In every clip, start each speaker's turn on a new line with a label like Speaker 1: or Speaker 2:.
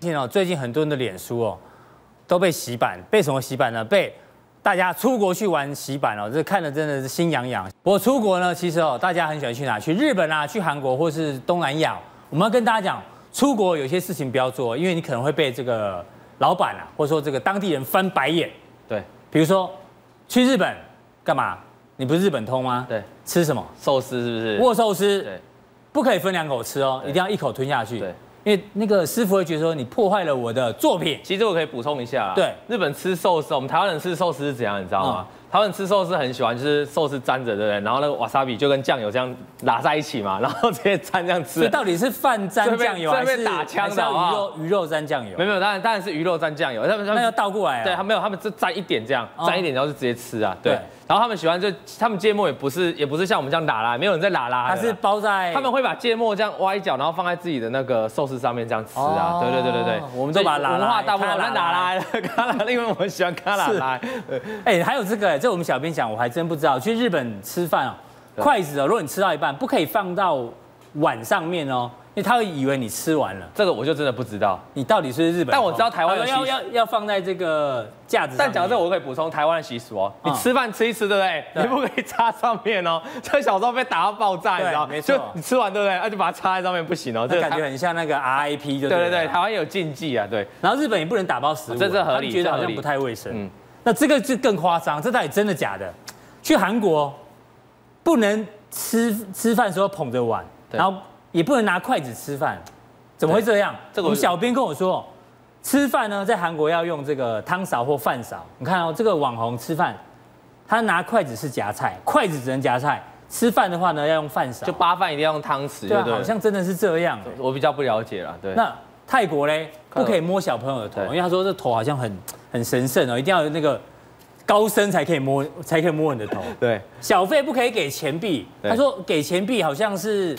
Speaker 1: 现哦，最近很多人的脸书哦都被洗版，被什么洗版呢？被大家出国去玩洗版哦，这看的真的是心痒痒。我出国呢，其实哦，大家很喜欢去哪？去日本啊，去韩国或是东南亚。我们要跟大家讲，出国有些事情不要做，因为你可能会被这个老板啊，或者说这个当地人翻白眼。
Speaker 2: 对
Speaker 1: 比如说去日本干嘛？你不是日本通吗？，
Speaker 2: 对，
Speaker 1: 吃什么？
Speaker 2: 寿司是不是？
Speaker 1: 握寿司。
Speaker 2: 对
Speaker 1: 不可以分两口吃哦，
Speaker 2: 对
Speaker 1: 一定要一口吞下去。
Speaker 2: 对，
Speaker 1: 因为那个师傅会觉得说你破坏了我的作品。
Speaker 2: 其实我可以补充一下啦，
Speaker 1: 对嗯
Speaker 2: 日本吃寿司，我们台湾人吃寿司是怎样，你知道吗？台湾人吃寿司很喜欢，就是寿司沾着，对不对？然后那个瓦萨比就跟酱油这样拉在一起嘛， 然后直接沾这样吃
Speaker 1: 所以。到底是饭沾酱油
Speaker 2: 这
Speaker 1: 还
Speaker 2: 边
Speaker 1: 是
Speaker 2: 这边打枪
Speaker 1: 还
Speaker 2: 的
Speaker 1: 是要鱼
Speaker 2: 好
Speaker 1: 肉鱼肉沾酱油
Speaker 2: 没？有没有，当然当然是鱼肉沾酱油，他们他
Speaker 1: 那要
Speaker 2: 们
Speaker 1: 倒过来
Speaker 2: 对
Speaker 1: 啊
Speaker 2: 他。没有，他们就沾一点这样，
Speaker 1: 哦
Speaker 2: 沾一点然后就直接吃啊，对
Speaker 1: 对。
Speaker 2: 然后他们喜欢就他们芥末也不是也不是像我们这样拉拉，没有人在拉拉的
Speaker 1: 它
Speaker 2: 啦，
Speaker 1: 是包在
Speaker 2: 哎他们会把芥末这样挖一角，然后放在自己的那个寿司上面这样吃啊
Speaker 1: 哦。
Speaker 2: 对对对对对，
Speaker 1: 我们都把它拉拉
Speaker 2: 文化大部分
Speaker 1: 看
Speaker 2: 那
Speaker 1: 拉
Speaker 2: 拉
Speaker 1: 拉
Speaker 2: 拉， 看拉拉，因为我们喜欢看拉拉。对
Speaker 1: 哎、还有这个、哎，这我们小编讲，我还真不知道。去日本吃饭哦，
Speaker 2: 对
Speaker 1: 筷子哦，如果你吃到一半，不可以放到碗上面哦，因为他会以为你吃完了，
Speaker 2: 这个我就真的不知道。
Speaker 1: 你到底是不是日本人哦。
Speaker 2: 但我知道台湾有
Speaker 1: 他说
Speaker 2: 习
Speaker 1: 要要要放在这个架子上面。
Speaker 2: 但讲到这，我可以补充台湾的习俗哦，
Speaker 1: 嗯
Speaker 2: 你吃饭吃一吃，对不对？
Speaker 1: 对
Speaker 2: 你不可以插上面哦。这小时候被打到爆炸，你
Speaker 1: 对
Speaker 2: 知道？
Speaker 1: 没错
Speaker 2: 就你吃完，对不对？那就把它插在上面，不行哦。
Speaker 1: 那
Speaker 2: 这
Speaker 1: 感觉很像那个 RIP 就
Speaker 2: 对
Speaker 1: 对
Speaker 2: 对对，
Speaker 1: 了
Speaker 2: 台湾有禁忌啊，对。
Speaker 1: 然后日本也不能打包食物，啊
Speaker 2: 哦这这合理
Speaker 1: 他们觉得好
Speaker 2: 这合
Speaker 1: 像
Speaker 2: 理
Speaker 1: 不太卫生。
Speaker 2: 嗯
Speaker 1: 那这个就更夸张，这到底真的假的？去韩国不能吃吃饭的时候捧着碗，
Speaker 2: 对
Speaker 1: 然后也不能拿筷子吃饭，怎么会这样？
Speaker 2: 这个
Speaker 1: 我们
Speaker 2: 我
Speaker 1: 小编跟我说，吃饭呢在韩国要用这个汤勺或饭勺。你看哦，这个网红吃饭，他拿筷子是夹菜，筷子只能夹菜；吃饭的话呢要用饭勺。
Speaker 2: 就扒饭一定要用汤匙，
Speaker 1: 对
Speaker 2: 对
Speaker 1: 啊，
Speaker 2: 不对？
Speaker 1: 好像真的是这样。欸
Speaker 2: 我比较不了解啦，对。
Speaker 1: 那泰国嘞，不
Speaker 2: 看到
Speaker 1: 可以摸小朋友的头，
Speaker 2: 对
Speaker 1: 因为他说这头好像很很神圣哦，一定要有那个高僧才可以摸，才可以摸你 的头。
Speaker 2: 对
Speaker 1: 小费不可以给钱币，
Speaker 2: 对
Speaker 1: 他说给钱币好像是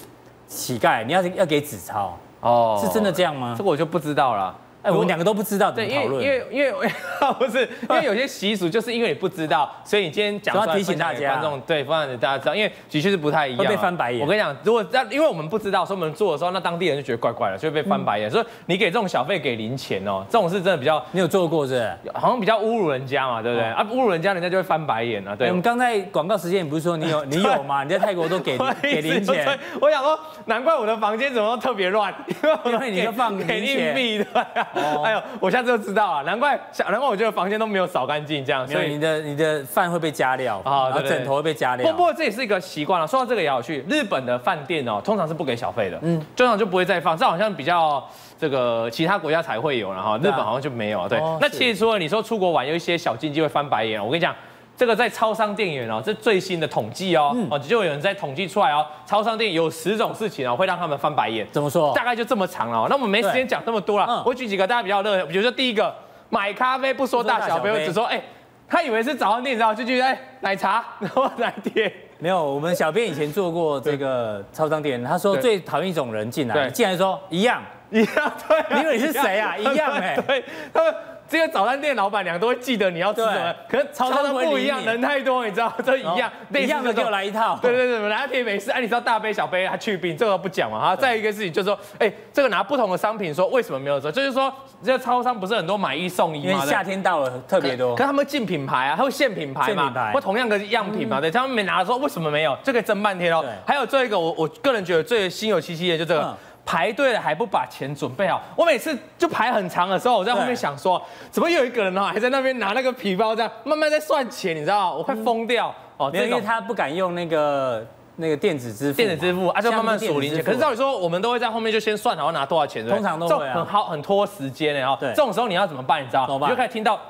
Speaker 1: 乞丐，你要要给纸钞，
Speaker 2: 哦
Speaker 1: 是真的这样吗
Speaker 2: 这？个我就不知道啦。
Speaker 1: 哎，我
Speaker 2: 如
Speaker 1: 们
Speaker 2: 果
Speaker 1: 两个都不知道怎
Speaker 2: 对，
Speaker 1: 么
Speaker 2: 因
Speaker 1: 讨
Speaker 2: 为
Speaker 1: 论。
Speaker 2: 因为因为 不是，因为 有些习俗就是因为你不知道，所以你今天讲出
Speaker 1: 所以
Speaker 2: 来
Speaker 1: 要提醒大家
Speaker 2: 分享给观众对，分享给大家知道，因为的确是不太一样啊。
Speaker 1: 会被翻白眼
Speaker 2: 我跟你讲，如果那因为我们不知道，所以我们做的时候，那当地人就觉得怪怪的，就会被翻
Speaker 1: 嗯
Speaker 2: 白眼。所以你给这种小费给零钱哦，这种是真的比较
Speaker 1: 你有做过是不是？
Speaker 2: 好像比较侮辱人家嘛，对
Speaker 1: 嗯
Speaker 2: 不对？啊，侮辱人家，人家就会翻白眼啊，对
Speaker 1: 哎我。们刚才广告时间，你不是说你有你有吗？你在泰国都 给
Speaker 2: 我的
Speaker 1: 给
Speaker 2: 意思
Speaker 1: 零
Speaker 2: 就 是
Speaker 1: 钱，，
Speaker 2: 我想说，难怪我的房间怎么都特别乱， 因为我
Speaker 1: 因为你就放
Speaker 2: 给
Speaker 1: 零钱
Speaker 2: 硬币的。
Speaker 1: 哦
Speaker 2: 哎呦，我下次就知道啊，难怪，难怪我觉得房间都没有扫干净这样，
Speaker 1: 所
Speaker 2: 所
Speaker 1: 以你
Speaker 2: 以。
Speaker 1: 的你的饭会被加料，
Speaker 2: 啊
Speaker 1: 然后
Speaker 2: 对对对
Speaker 1: 枕头会被加
Speaker 2: 不
Speaker 1: 料
Speaker 2: 不。过这也是一个习惯啊了。说到这个也有趣，日本的饭店哦，通常是不给小费的，嗯，通常就不会再放。这好像比较这个其他国家才会有，然后日
Speaker 1: 对啊
Speaker 2: 本好像就没有啊。对
Speaker 1: 哦，
Speaker 2: 那
Speaker 1: 是
Speaker 2: 其实除了你说出国玩有一些小禁忌会翻白眼，我跟你讲。这个在超商店员哦，这最新的统计哦，
Speaker 1: 嗯
Speaker 2: 哦，就有人在统计出来哦，超商店有十种事情哦，会让他们翻白眼。
Speaker 1: 怎么说
Speaker 2: 大？概就这么长了、哦。那我们没时间讲这么多
Speaker 1: 对嗯
Speaker 2: 了，我举几个大家比较热，比如说第一个，买咖啡不说大小
Speaker 1: 不说大小杯
Speaker 2: 杯，我只说哎、他以为是早餐店，你知道，就觉得哎奶茶，然后奶铁，
Speaker 1: 没有，我们小编以前做过这个超商店，他说
Speaker 2: 对
Speaker 1: 最讨厌一种人进来，
Speaker 2: 对
Speaker 1: 你进来说一样，
Speaker 2: 一样对、啊，
Speaker 1: 你以为你是谁啊一样哎
Speaker 2: 对，他们这个早餐店老板娘都会记得你要吃什么，可是超商
Speaker 1: 超
Speaker 2: 不一
Speaker 1: 商不会理
Speaker 2: 样，
Speaker 1: 你
Speaker 2: 人太多，你知道，这一样，类
Speaker 1: 一
Speaker 2: 似
Speaker 1: 样
Speaker 2: 这
Speaker 1: 的
Speaker 2: 种
Speaker 1: 给我来一套。
Speaker 2: 对对对，对拿铁美式，哎、你知道大杯小杯还去冰，这个不讲嘛哈。再一个事情就是说，哎、这个拿不同的商品说为什么没有做，就是说这超商不是很多买一送一
Speaker 1: 因
Speaker 2: 嘛，
Speaker 1: 为
Speaker 2: 对
Speaker 1: 夏天到了特别多
Speaker 2: 可。他们进品牌啊，他会限品牌
Speaker 1: 限
Speaker 2: 嘛
Speaker 1: 品牌，嗯
Speaker 2: 或同样的样品嘛，对，他们没拿的时候为什么没有？这个争半天哦
Speaker 1: 对。
Speaker 2: 还有最后一个，我我个人觉得最心有戚戚的就这个。
Speaker 1: 嗯
Speaker 2: 排队了还不把钱准备好，我每次就排很长的时候，我在后面
Speaker 1: 对
Speaker 2: 想说，怎么有一个人哦还在那边拿那个皮包这样慢慢在算钱，你知道吗？我快疯掉哦！
Speaker 1: 嗯没有，
Speaker 2: 这
Speaker 1: 因为
Speaker 2: 种
Speaker 1: 他不敢用那个那个电子支付嘛。
Speaker 2: 电子支付啊，就慢慢
Speaker 1: 现在
Speaker 2: 数
Speaker 1: 不是
Speaker 2: 零
Speaker 1: 电子支
Speaker 2: 钱。
Speaker 1: 付
Speaker 2: 可是照理说，我们都会在后面就先算好要拿多少钱，对不对
Speaker 1: 通常都会啊
Speaker 2: 这种很耗很拖时间的哈。
Speaker 1: 对
Speaker 2: 这种时候你要怎么办？你知道？
Speaker 1: 怎么办
Speaker 2: 你就开始听到。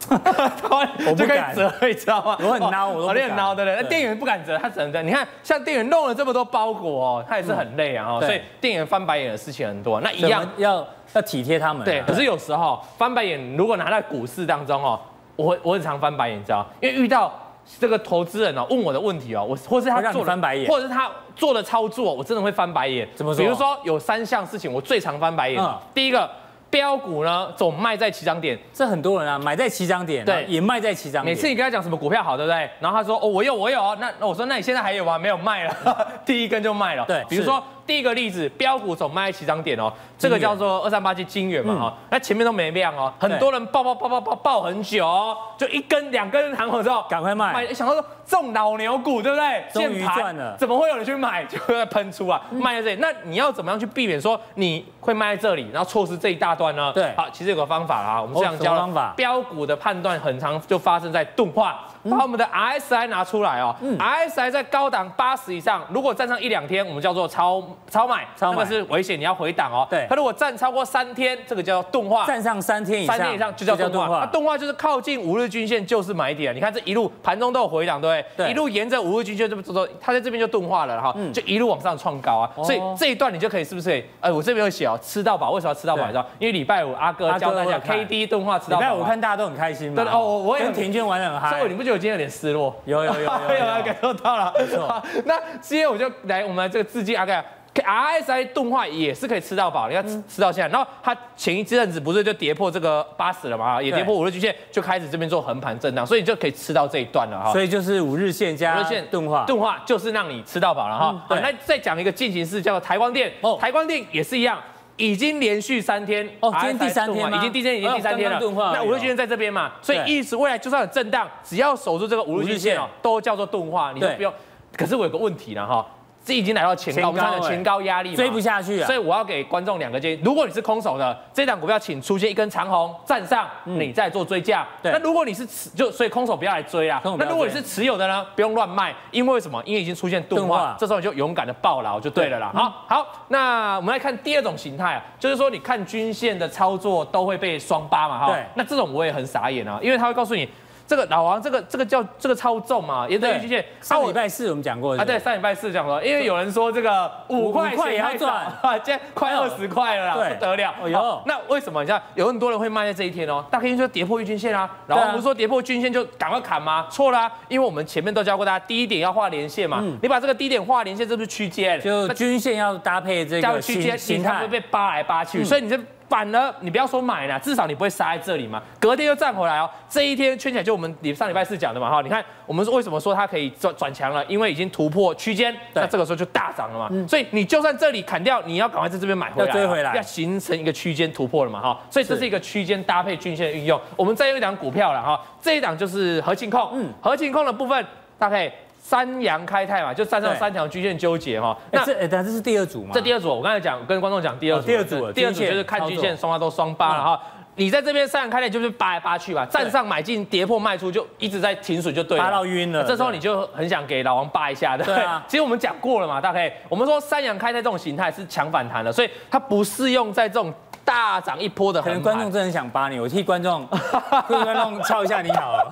Speaker 2: 我
Speaker 1: 不
Speaker 2: 就可以
Speaker 1: 敢
Speaker 2: 折，你知道吗？
Speaker 1: 我很孬我都不
Speaker 2: 哦你很
Speaker 1: 敢
Speaker 2: 孬，对不对？
Speaker 1: 对
Speaker 2: 那店员不敢折，他只能这样。你看，像店员弄了这么多包裹哦，他也是很累啊，哦
Speaker 1: 对
Speaker 2: 所以店员翻白眼的事情很多。那一
Speaker 1: 所以我
Speaker 2: 样
Speaker 1: 们，要要体贴他们啊。
Speaker 2: 对，可是有时候翻白眼，如果拿在股市当中哦，我会我很常翻白眼，你知道吗，因为遇到这个投资人哦问我的问题哦，我或是他
Speaker 1: 会让你
Speaker 2: 做的
Speaker 1: 翻白眼
Speaker 2: 或者是他做的操作，我真的会翻白眼。
Speaker 1: 怎么说
Speaker 2: 比如说有三项事情我最常翻白眼，
Speaker 1: 嗯
Speaker 2: 第一个。标股呢，总卖在起涨点。
Speaker 1: 这很多人啊，买在起涨点，
Speaker 2: 对
Speaker 1: 然后也卖在起涨
Speaker 2: 每
Speaker 1: 点。
Speaker 2: 次你跟他讲什么股票好，对不对？ 然后他说哦，我有，我有哦。那那我说那你现在还有吗？没有卖了，第一根就卖了。
Speaker 1: 对
Speaker 2: 比如
Speaker 1: 是
Speaker 2: 说第一个例子，标股总卖起涨点哦，这个叫做二三八七金元
Speaker 1: 嗯
Speaker 2: 嘛哈、哦，那前面都没量哦，很多人爆爆爆爆爆爆很久、哦，就一根两根弹火之后，
Speaker 1: 赶快卖
Speaker 2: 买想到说中老牛股对不对？
Speaker 1: 终于
Speaker 2: 现盘
Speaker 1: 赚了嗯
Speaker 2: 怎么会有人去买？就会喷出啊，卖在这里。那你要怎么样去避免说你会卖在这里，然后错失这一大段呢？
Speaker 1: 对
Speaker 2: 好，其实有个方法啦，我们这样
Speaker 1: 哦什
Speaker 2: 教了
Speaker 1: 么方法嗯
Speaker 2: 标股的判断很常就发生在钝化，把我们的 RSI 拿出来哦、RSI 在高档八十以上，如果站上一两天，我们叫做超超买，
Speaker 1: 超买
Speaker 2: 那个是危险，你要回档哦。
Speaker 1: 对
Speaker 2: 它如果站超过三天，这个叫钝化。
Speaker 1: 站上三天以上，
Speaker 2: 三天以上就叫动画，那
Speaker 1: 动
Speaker 2: 动画就是靠近五日均线就是买点。你看这一路盘中都有回档，对不对？
Speaker 1: 对嗯
Speaker 2: 一路沿着五日均线这么走，它在这边就动画了哈，就一路往上创高啊。
Speaker 1: 哦
Speaker 2: 所以这一段你就可以是不是可以？哎，我这边有写哦，吃到饱。为什么要吃到饱？
Speaker 1: 对
Speaker 2: 你知道？因为礼拜五阿哥
Speaker 1: 阿哥
Speaker 2: 教大
Speaker 1: 会
Speaker 2: 家
Speaker 1: 有看
Speaker 2: K D 动画吃
Speaker 1: 礼
Speaker 2: 到饱
Speaker 1: 拜
Speaker 2: 啊。
Speaker 1: 五看大家都很开心嘛。
Speaker 2: 对哦我我也
Speaker 1: 跟田娟玩得很
Speaker 2: 所以
Speaker 1: 嗨。
Speaker 2: 你不觉得我今天有点失落？
Speaker 1: 有有有有有
Speaker 2: 有感受到了。好那今天我就来我们这个致敬阿盖。RSI 动画也是可以吃到饱，你看吃吃到现在，然后它前一阵子不是就跌破这个八十了嘛，也
Speaker 1: 对
Speaker 2: 跌破五日均线，就开始这边做横盘震荡，所以你就可以吃到这一段了哈。
Speaker 1: 所以就是五日线加
Speaker 2: 五日线
Speaker 1: 动画，
Speaker 2: 动画就是让你吃到饱了哈。好，
Speaker 1: 嗯对
Speaker 2: 那再讲一个进行式，叫做台光电。
Speaker 1: 哦
Speaker 2: 台光电也是一样。已经连续三天
Speaker 1: 哦今天第三天吗
Speaker 2: 已经第三天，已经第三天
Speaker 1: 哦刚刚
Speaker 2: 了。
Speaker 1: 钝化而已
Speaker 2: 那
Speaker 1: 哦
Speaker 2: 五日均线在这边嘛，所以
Speaker 1: 对
Speaker 2: 意思未来就算有震荡，只要守住这个五日均线
Speaker 1: 五
Speaker 2: 哦
Speaker 1: 日线，
Speaker 2: 都叫做钝化，你就
Speaker 1: 对
Speaker 2: 不用。可是我有个问题了哈，这已经来到前
Speaker 1: 前
Speaker 2: 高，我们
Speaker 1: 高
Speaker 2: 讲的
Speaker 1: 哎
Speaker 2: 前高压力嘛，
Speaker 1: 追不下去啊
Speaker 2: 所以我要给观众两个建议：如果你是空手的，这档股票请出现一根长红站上，你再做追价。
Speaker 1: 嗯对
Speaker 2: 那如果你是持就所以空手不要来追啊
Speaker 1: 空手。不
Speaker 2: 那
Speaker 1: 要
Speaker 2: 如果你
Speaker 1: 追
Speaker 2: 是持有的呢，不用乱卖，因为什么？因为已经出现钝
Speaker 1: 钝
Speaker 2: 化
Speaker 1: 化，
Speaker 2: 这时候你就勇敢的爆牢就对了啦。好，好，那我们来看第二种形态啊，就是说你看均线的操作都会被双八嘛哈。
Speaker 1: 对
Speaker 2: 那这种我也很傻眼啊，因为他会告诉你。这个老王，这个这个叫这个超重嘛，沿着
Speaker 1: 对
Speaker 2: 均线，
Speaker 1: 上
Speaker 2: 啊我
Speaker 1: 礼拜四我们讲过
Speaker 2: 啊，对，，上礼拜四讲了，因为有人说这个五块
Speaker 1: 五块也
Speaker 2: 钱
Speaker 1: 要
Speaker 2: 太少
Speaker 1: 赚
Speaker 2: 啊， 现在快二十块了啦，
Speaker 1: 对
Speaker 2: 不得了。
Speaker 1: 哦哟
Speaker 2: 好那为什么你看有很多人会卖在这一天哦？大 K 说跌破月均线啊，
Speaker 1: 对
Speaker 2: 老
Speaker 1: 啊
Speaker 2: 王不是说跌破均线就赶快砍吗？错啦，因为我们前面都教过大家，第一点要画连线嘛，你把这个低点画连线，这不是区间？
Speaker 1: 嗯就
Speaker 2: 那
Speaker 1: 均线要搭配这
Speaker 2: 加入
Speaker 1: 个
Speaker 2: 区间
Speaker 1: 形，形
Speaker 2: 你才不会
Speaker 1: 态，嗯
Speaker 2: 被扒来扒去。所以你这反而你不要说买了，至少你不会杀在这里嘛。隔天又站回来哦，这一天圈起来就我们上礼拜四讲的嘛哈。你看我们为什么说它可以转转强了，因为已经突破区间，
Speaker 1: 对嗯
Speaker 2: 那这个时候就大涨了嘛。所以你就算这里砍掉，你要赶快在这边买回来
Speaker 1: 要
Speaker 2: 哦，
Speaker 1: 追回来
Speaker 2: 要形成一个区间突破了嘛哈。所以这
Speaker 1: 是
Speaker 2: 是一个区间搭配均线的运用。我们再用一档股票了哈，这一档就是合情控，嗯，合情控的部分大概。三阳开泰嘛，就站上
Speaker 1: 对
Speaker 2: 三条均线纠结哈。
Speaker 1: 哎这哎，但这是第二组嘛？
Speaker 2: 这第二组我刚才讲，跟观众讲第二组，
Speaker 1: 哦第二组了
Speaker 2: 第二组
Speaker 1: 均线
Speaker 2: 就是看均
Speaker 1: 操
Speaker 2: 线
Speaker 1: 作嗯
Speaker 2: 双八都双八了哈。你在这边上开的就是扒来扒去嘛，站上买进跌破卖出就一直在停损就对了，啊
Speaker 1: 扒到晕了
Speaker 2: 这时候你就很想给老王扒一下的。
Speaker 1: 对啊
Speaker 2: 其实我们讲过了嘛，大概我们说三阳开泰这种形态是强反弹的，所以它不适用在这种大涨一波的
Speaker 1: 可
Speaker 2: 横
Speaker 1: 能
Speaker 2: 盘。
Speaker 1: 观众真的很想扒你，我替观 众替观众敲一下你好了。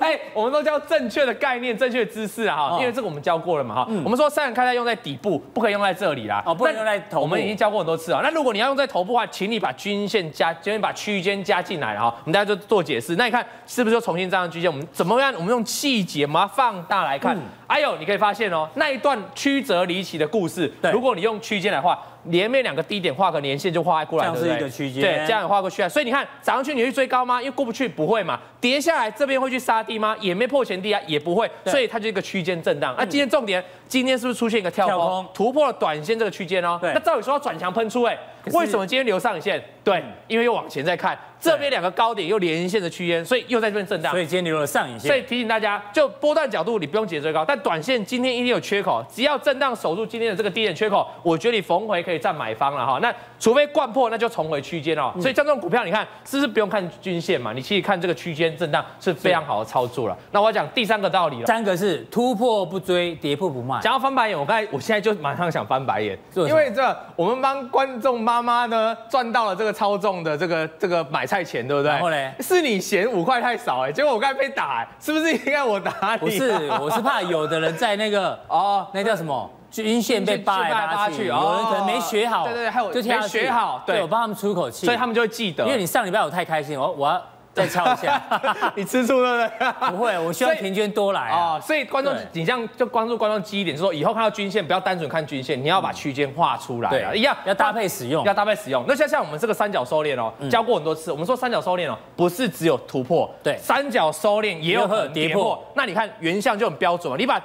Speaker 2: 哎，我们都教正确的概念、正确的知识啊，哈，
Speaker 1: 哦嗯
Speaker 2: 因为这个我们教过了嘛，哈，我们说三人开泰用在底部，不可以用在这里啦，
Speaker 1: 哦不能
Speaker 2: 那
Speaker 1: 用在头部
Speaker 2: 我们已经教过很多次啊。那如果你要用在头部的话，请你把均线加，请你把区间加进来了哈，我们大家就做解释。那你看是不是就重新站上区间？我们怎么样？我们用细节把它放大来看
Speaker 1: 嗯。
Speaker 2: 哎呦，你可以发现哦，那一段曲折离奇的故事，
Speaker 1: 对
Speaker 2: 如果你用区间来画，连面两个低点画个连线就画过来，
Speaker 1: 这样
Speaker 2: 对
Speaker 1: 是
Speaker 2: 不对
Speaker 1: 一个区间
Speaker 2: 对，这样。划过去啊。所以你看涨上去你会追高吗？因为过不去不会嘛。跌下来这边会去杀低吗？也没破前低啊，也不会。
Speaker 1: 对嗯
Speaker 2: 所以它就一个区间震荡。啊那今天重点，今天是不是出现一个跳
Speaker 1: 跳
Speaker 2: 空
Speaker 1: 空，
Speaker 2: 突破了短线这个区间哦？
Speaker 1: 对
Speaker 2: 那照理说要转强喷出哎，
Speaker 1: 可是嗯
Speaker 2: 为什么今天留上影线？对，因为又往前再看，这边两个高点又连线的区间，所以又在这边震荡
Speaker 1: 所。以今天留了上影
Speaker 2: 所以
Speaker 1: 线，
Speaker 2: 提醒大家，就波段角度你不用解追高，但短线今天一定有缺口，只要震荡守住今天的这个低点缺口，我觉得你逢回可以占买方了哈。那除非灌破，那就重回区间哦。所以像这种股票，你看是不是不用看均线嘛？你其实看这个区间震荡是非常好的操作了。那我要讲第三个道理了。
Speaker 1: 三个是突破不追，跌破不卖。
Speaker 2: 想要翻白眼，我刚才我现在就马上想翻白眼，
Speaker 1: 做什
Speaker 2: 因
Speaker 1: 么
Speaker 2: 为这我们帮观众妈妈呢赚到了这个超重的这个这个买菜钱，对不对？
Speaker 1: 然后嘞
Speaker 2: 是你嫌五块太少哎、结果我刚才被打哎、是不是应该我打你、啊？
Speaker 1: 不是， 我是怕有的人在那个
Speaker 2: 哦，
Speaker 1: 那叫什么均线被扒来扒去，
Speaker 2: 去
Speaker 1: 有
Speaker 2: 哦
Speaker 1: 人可能没学好，
Speaker 2: 对对对还有
Speaker 1: 就跳下
Speaker 2: 没
Speaker 1: 去
Speaker 2: 学好对
Speaker 1: 对我帮他们出口气，
Speaker 2: 所以他们就会记得，
Speaker 1: 因为你上礼拜我太开心，我我要再敲一下，
Speaker 2: 你吃醋对不对？
Speaker 1: 不会，我希望
Speaker 2: 所以
Speaker 1: 田娟多来啊，
Speaker 2: 哦，所以观众
Speaker 1: 对，
Speaker 2: 你这样就关注观众记忆点，就是说以后看到均线，不要单纯看均线，你要把区间画出来啊，
Speaker 1: 对
Speaker 2: 一样
Speaker 1: 要搭配使用嗯
Speaker 2: 要搭配使用。那像像我们这个三角收敛哦，教过很多次，我们说三角收敛哦，不是只有突破，
Speaker 1: 对
Speaker 2: 三角收敛也有可能跌
Speaker 1: 也有可能跌
Speaker 2: 破
Speaker 1: 破。
Speaker 2: 哦那你看原相就很标准嘛，你把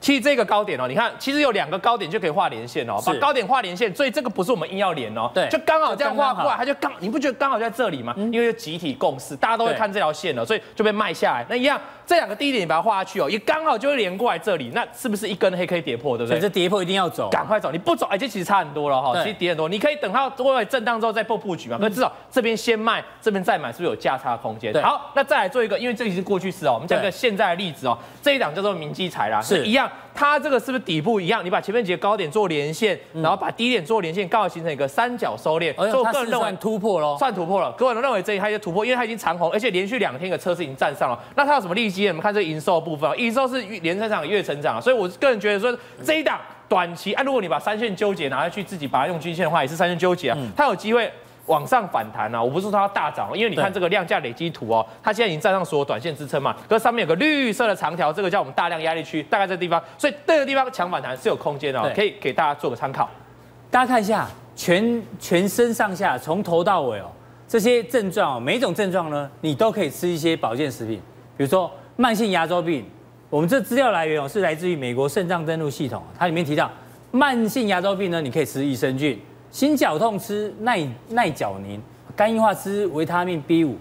Speaker 2: 其实这个高点哦，你看，其实有两个高点就可以画连线哦，
Speaker 1: 是
Speaker 2: 把高点画连线，所以这个不是我们硬要连哦，
Speaker 1: 对
Speaker 2: 就刚好这样
Speaker 1: 就
Speaker 2: 画过
Speaker 1: 刚
Speaker 2: 来，
Speaker 1: 好嗯
Speaker 2: 它就刚，你不觉得刚好就在这里吗？因为就集体共识，大家都会
Speaker 1: 对
Speaker 2: 看这条线哦了，所以就被卖下来。那一样，这两个低点你把它画下去哦，也刚好就会连过来这里，那是不是一根黑可以跌破，对不
Speaker 1: 所以
Speaker 2: 对
Speaker 1: 这？跌破一定要走。
Speaker 2: 赶快走，你不走，哎、这其实差很多了哈，
Speaker 1: 对嗯
Speaker 2: 其实跌很多。你可以等到微微震荡之后再破布局嘛，可是至少这边先卖，这边再买，是不是有价差空间
Speaker 1: 对？
Speaker 2: 好，那再来做一个，因为这已是过去式哦，我们讲一
Speaker 1: 对
Speaker 2: 个现在的例子哦，这一档叫做明基材啦，
Speaker 1: 是
Speaker 2: 那一样，它这个是不是底部一样？你把前面几个高点做连线，然后把低点做连线，刚好形成一个三角收敛。
Speaker 1: 而
Speaker 2: 所以
Speaker 1: 且
Speaker 2: 我
Speaker 1: 哎它
Speaker 2: 个
Speaker 1: 是
Speaker 2: 人认为
Speaker 1: 算突破喽，
Speaker 2: 算突破了，各位认为这一它就突破，因为它已经长红，而且连续两天的车市已经站上了。那它有什么利基呢？我们看这个营收的部分哦，营收是越连成长月成长啊，所以我个人觉得说这一档短期，啊，如果你把三线纠结拿下去，自己把它用均线的话，也是三线纠结啊，它有机会。往上反弹啊！我不是说它要大涨哦，因为你看
Speaker 1: 对
Speaker 2: 这个量价累积图哦，它现在已经站上所有短线支撑嘛，可是上面有个绿色的长条，这个叫我们大量压力区，大概这地方，所以这个地方强反弹是有空间的、哦
Speaker 1: 对，
Speaker 2: 可以给大家做个参考。
Speaker 1: 大家看一下，全全身上下从头到尾哦，这些症状哦，每一种症状呢，你都可以吃一些保健食品，比如说慢性牙周病。我们这资料来源哦是来自于美国肾脏登录系统，哦它里面提到慢性牙周病呢，你可以吃益生菌；心绞痛吃耐耐角宁，肝硬化吃维他命 B 五。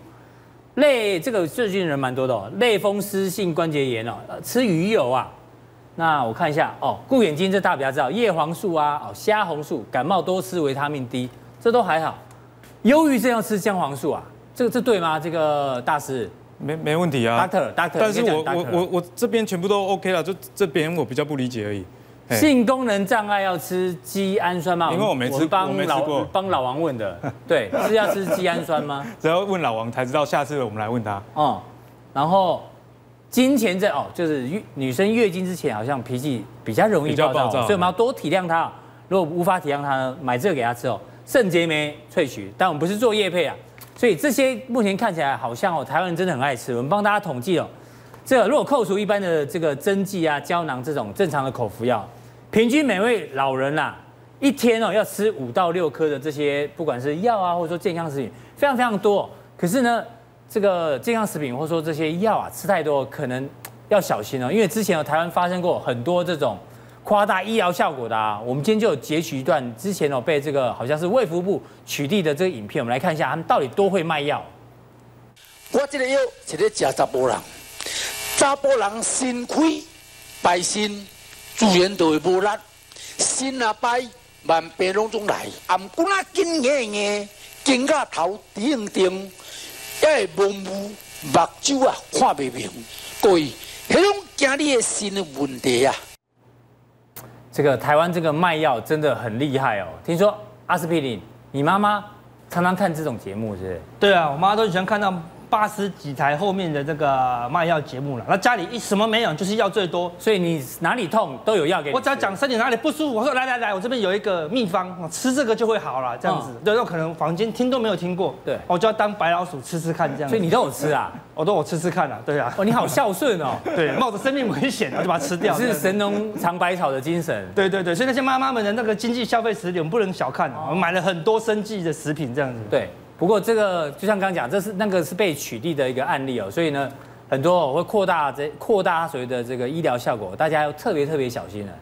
Speaker 1: 类这个最近人蛮多的哦，类风湿性关节炎哦，呃吃鱼油啊，那我看一下哦，顾眼睛这大家比较知道，叶黄素啊，哦，虾红素，感冒多吃维他命 D，这都还好。忧郁症要吃姜黄素啊，这个这对吗？这个大师
Speaker 3: 没没问题啊。
Speaker 1: ，Doctor Doctor，
Speaker 3: 但是我我我
Speaker 1: 我
Speaker 3: 我这边全部都 OK 了，就这边我比较不理解而已。哎嘿
Speaker 1: 性功能障碍要吃肌氨酸吗？
Speaker 3: 因为我没吃
Speaker 1: 是帮
Speaker 3: 我没吃
Speaker 1: 老
Speaker 3: 过
Speaker 1: 帮老王问的，对，是要吃肌氨酸吗？
Speaker 3: 只要问老王才知道，下次我们来问他。
Speaker 1: 哦，然后金钱症哦，就是月女生月经之前好像脾气比较容易
Speaker 3: 比较
Speaker 1: 暴躁，
Speaker 3: 暴躁
Speaker 1: 所以我们要多体谅她。如果无法体谅她呢，买这个给她吃哦。肾结酶萃取，但我们不是做叶配啊，所以这些目前看起来好像哦，台湾人真的很爱吃。我们帮大家统计哦，这个如果扣除一般的这个针剂啊、胶囊这种正常的口服药，平均每位老人啊，一天哦要吃五到六颗的这些，不管是药啊，或者说健康食品，非常非常多。可是呢，这个健康食品或者说这些药啊，吃太多可能嘖要小心哦，因为之前有台湾发生过很多这种夸大医疗效果的啊。我们今天就有截取一段之前哦被这个好像是卫福部取缔的这个影片，我们来看一下他们到底多会卖药。
Speaker 4: 我这个药是咧食查甫人，查甫人心亏，败心，自然就会无力。心啊歹，万病拢总来。颔骨啊紧硬硬，肩胛头顶顶，也会蒙雾，目睭啊看袂明。各位，迄种惊你的心的问题啊！
Speaker 1: 这个台湾这个卖药真的很厉害哦。听说阿司匹林，你妈妈常常看这种节目是不是？
Speaker 5: 对啊，我妈都喜欢看到八十几台后面的这个卖药节目了。那家里一什么没有，就是药最多。
Speaker 1: 所以你哪里痛都有药给你吃。
Speaker 5: 我只要讲身体哪里不舒服，我说来来来，我这边有一个秘方，我吃这个就会好了，这样子。对，那可能房间听都没有听过，
Speaker 1: 嗯对
Speaker 5: 我就要当白老鼠吃吃看这样
Speaker 1: 所
Speaker 5: 子。
Speaker 1: 以你都有吃 啊？
Speaker 5: 我都我吃吃看啊，对啊，
Speaker 1: 哦，你好孝顺哦，
Speaker 5: 对，啊冒着生命危险，我就把它吃掉。
Speaker 1: 你是神农尝百草的精神。
Speaker 5: 对对对，所以那些妈妈们的那个经济消费实力，我们不能小看啊，我们买了很多生计的食品这样子。
Speaker 1: 对，不过这个就像刚刚讲，这是那个是被取缔的一个案例哦，所以呢，很多哦会扩大这扩大它所谓的这个医疗效果，大家要特别特别小心了。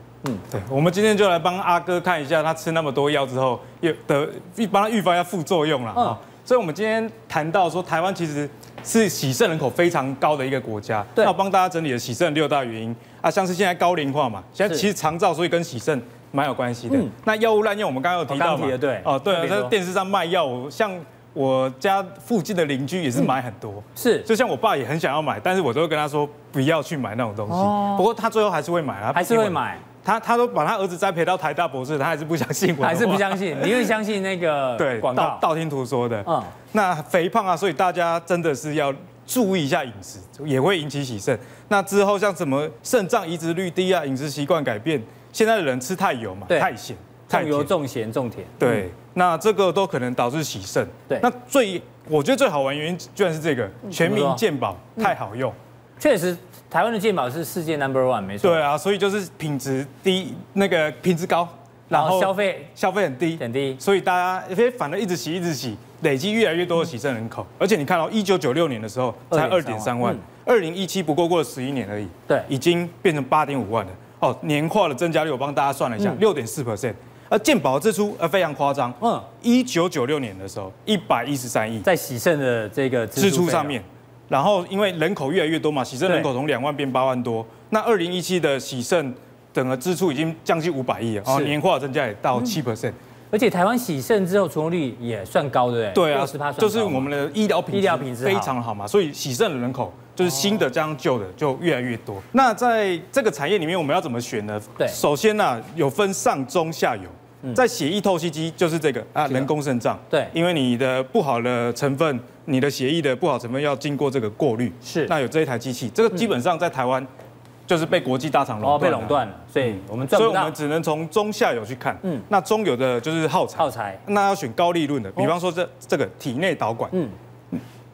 Speaker 3: 对，我们今天就来帮阿哥看一下，他吃那么多药之后，有的帮他预防一下副作用啦。
Speaker 1: 嗯
Speaker 3: 哦所以我们今天谈到说，台湾其实是洗肾人口非常高的一个国家。
Speaker 1: 对
Speaker 3: 那我帮大家整理了洗肾六大原因啊，像是现在高龄化嘛，现在
Speaker 1: 是
Speaker 3: 其实长照，所以跟洗肾蛮有关系的。
Speaker 1: 嗯
Speaker 3: 那药物滥用，我们刚刚有提到
Speaker 1: 哦刚
Speaker 3: 嘛
Speaker 1: 提的对
Speaker 3: 哦，对
Speaker 1: 特，
Speaker 3: 啊
Speaker 1: 别
Speaker 3: 在
Speaker 1: 多
Speaker 3: 电视上卖药，我像我家附近的邻居也是买很多。
Speaker 1: 是，
Speaker 3: 就像我爸也很想要买，但是我都会跟他说不要去买那种东西。不过他最后还是会买啊，
Speaker 1: 哦还是会买，
Speaker 3: 他他都把他儿子栽培到台大博士，他还是不相信我的话，
Speaker 1: 还是不相信，你会相信那个
Speaker 3: 对
Speaker 1: 广
Speaker 3: 道
Speaker 1: 告？
Speaker 3: 道听途说的。
Speaker 1: 嗯
Speaker 3: 嗯，那肥胖啊，所以大家真的是要注意一下饮食，也会引起洗肾。那之后像什么肾脏移植率低啊，饮食习惯改变，现在的人吃太油嘛，
Speaker 1: 对
Speaker 3: 太咸，太
Speaker 1: 重油
Speaker 3: 甜。
Speaker 1: 重咸重甜。
Speaker 3: 对，那这个都可能导致洗肾。
Speaker 1: 对嗯
Speaker 3: 那最我觉得最好玩的原因居然是这个全民
Speaker 1: 怎么说嗯
Speaker 3: 健保太好用。
Speaker 1: 确实，台湾的健保是世界 number one，没错。
Speaker 3: 对啊，所以就是品质低，那个品质高，
Speaker 1: 然后消费
Speaker 3: 消费很低，
Speaker 1: 很低
Speaker 3: 所以大家因为反正一直洗一直洗，累积越来越多的洗肾人
Speaker 1: 嗯
Speaker 3: 口。而且你看到一九九六年的时候才二点
Speaker 1: 2.3
Speaker 3: 三
Speaker 1: 万嗯
Speaker 3: 万，二零一七不过过了十一年而已，
Speaker 1: 对
Speaker 3: 已经变成八点五万了。哦，年化的增加率我帮大家算了一下，六点四 percent。而健保支出呃非常夸张，
Speaker 1: 嗯
Speaker 3: 嗯，一九九六年的时候一百一十三亿
Speaker 1: 在喜盛的这个
Speaker 3: 支
Speaker 1: 费
Speaker 3: 出
Speaker 1: 用
Speaker 3: 上面，然后因为人口越来越多嘛，喜盛人口从两万变八万多，那二零一七的喜盛整个支出已经将近五百亿了，哦，
Speaker 1: 是
Speaker 3: 年化增加也到七 percent。
Speaker 1: 而且台湾喜盛之后成功率也算高，对不对？
Speaker 3: 对啊
Speaker 1: 六十趴，
Speaker 3: 就是我们的医疗品质
Speaker 1: 医疗品质好
Speaker 3: 非常好嘛，所以喜盛的人口就是新的加上旧的就越来越多。那在这个产业里面，我们要怎么选呢？
Speaker 1: 对嗯
Speaker 3: 首先呢、有分上中下游。在血液透析机就是这个啊，人工肾脏。
Speaker 1: 对
Speaker 3: 因为你的不好的成分，你的血液的不好成分要经过这个过滤。
Speaker 1: 是
Speaker 3: 那有这一台机器，这个基本上在台湾就是被国际大厂垄断
Speaker 1: 哦
Speaker 3: 了。
Speaker 1: 被垄断了，所以我们赚
Speaker 3: 所以
Speaker 1: 不
Speaker 3: 我
Speaker 1: 到
Speaker 3: 们。只能从中下游去看。
Speaker 1: 嗯
Speaker 3: 嗯，那中游的就是耗材，
Speaker 1: 耗材
Speaker 3: 那要选高利润的，比方说这这个体内导管，
Speaker 1: 哦嗯，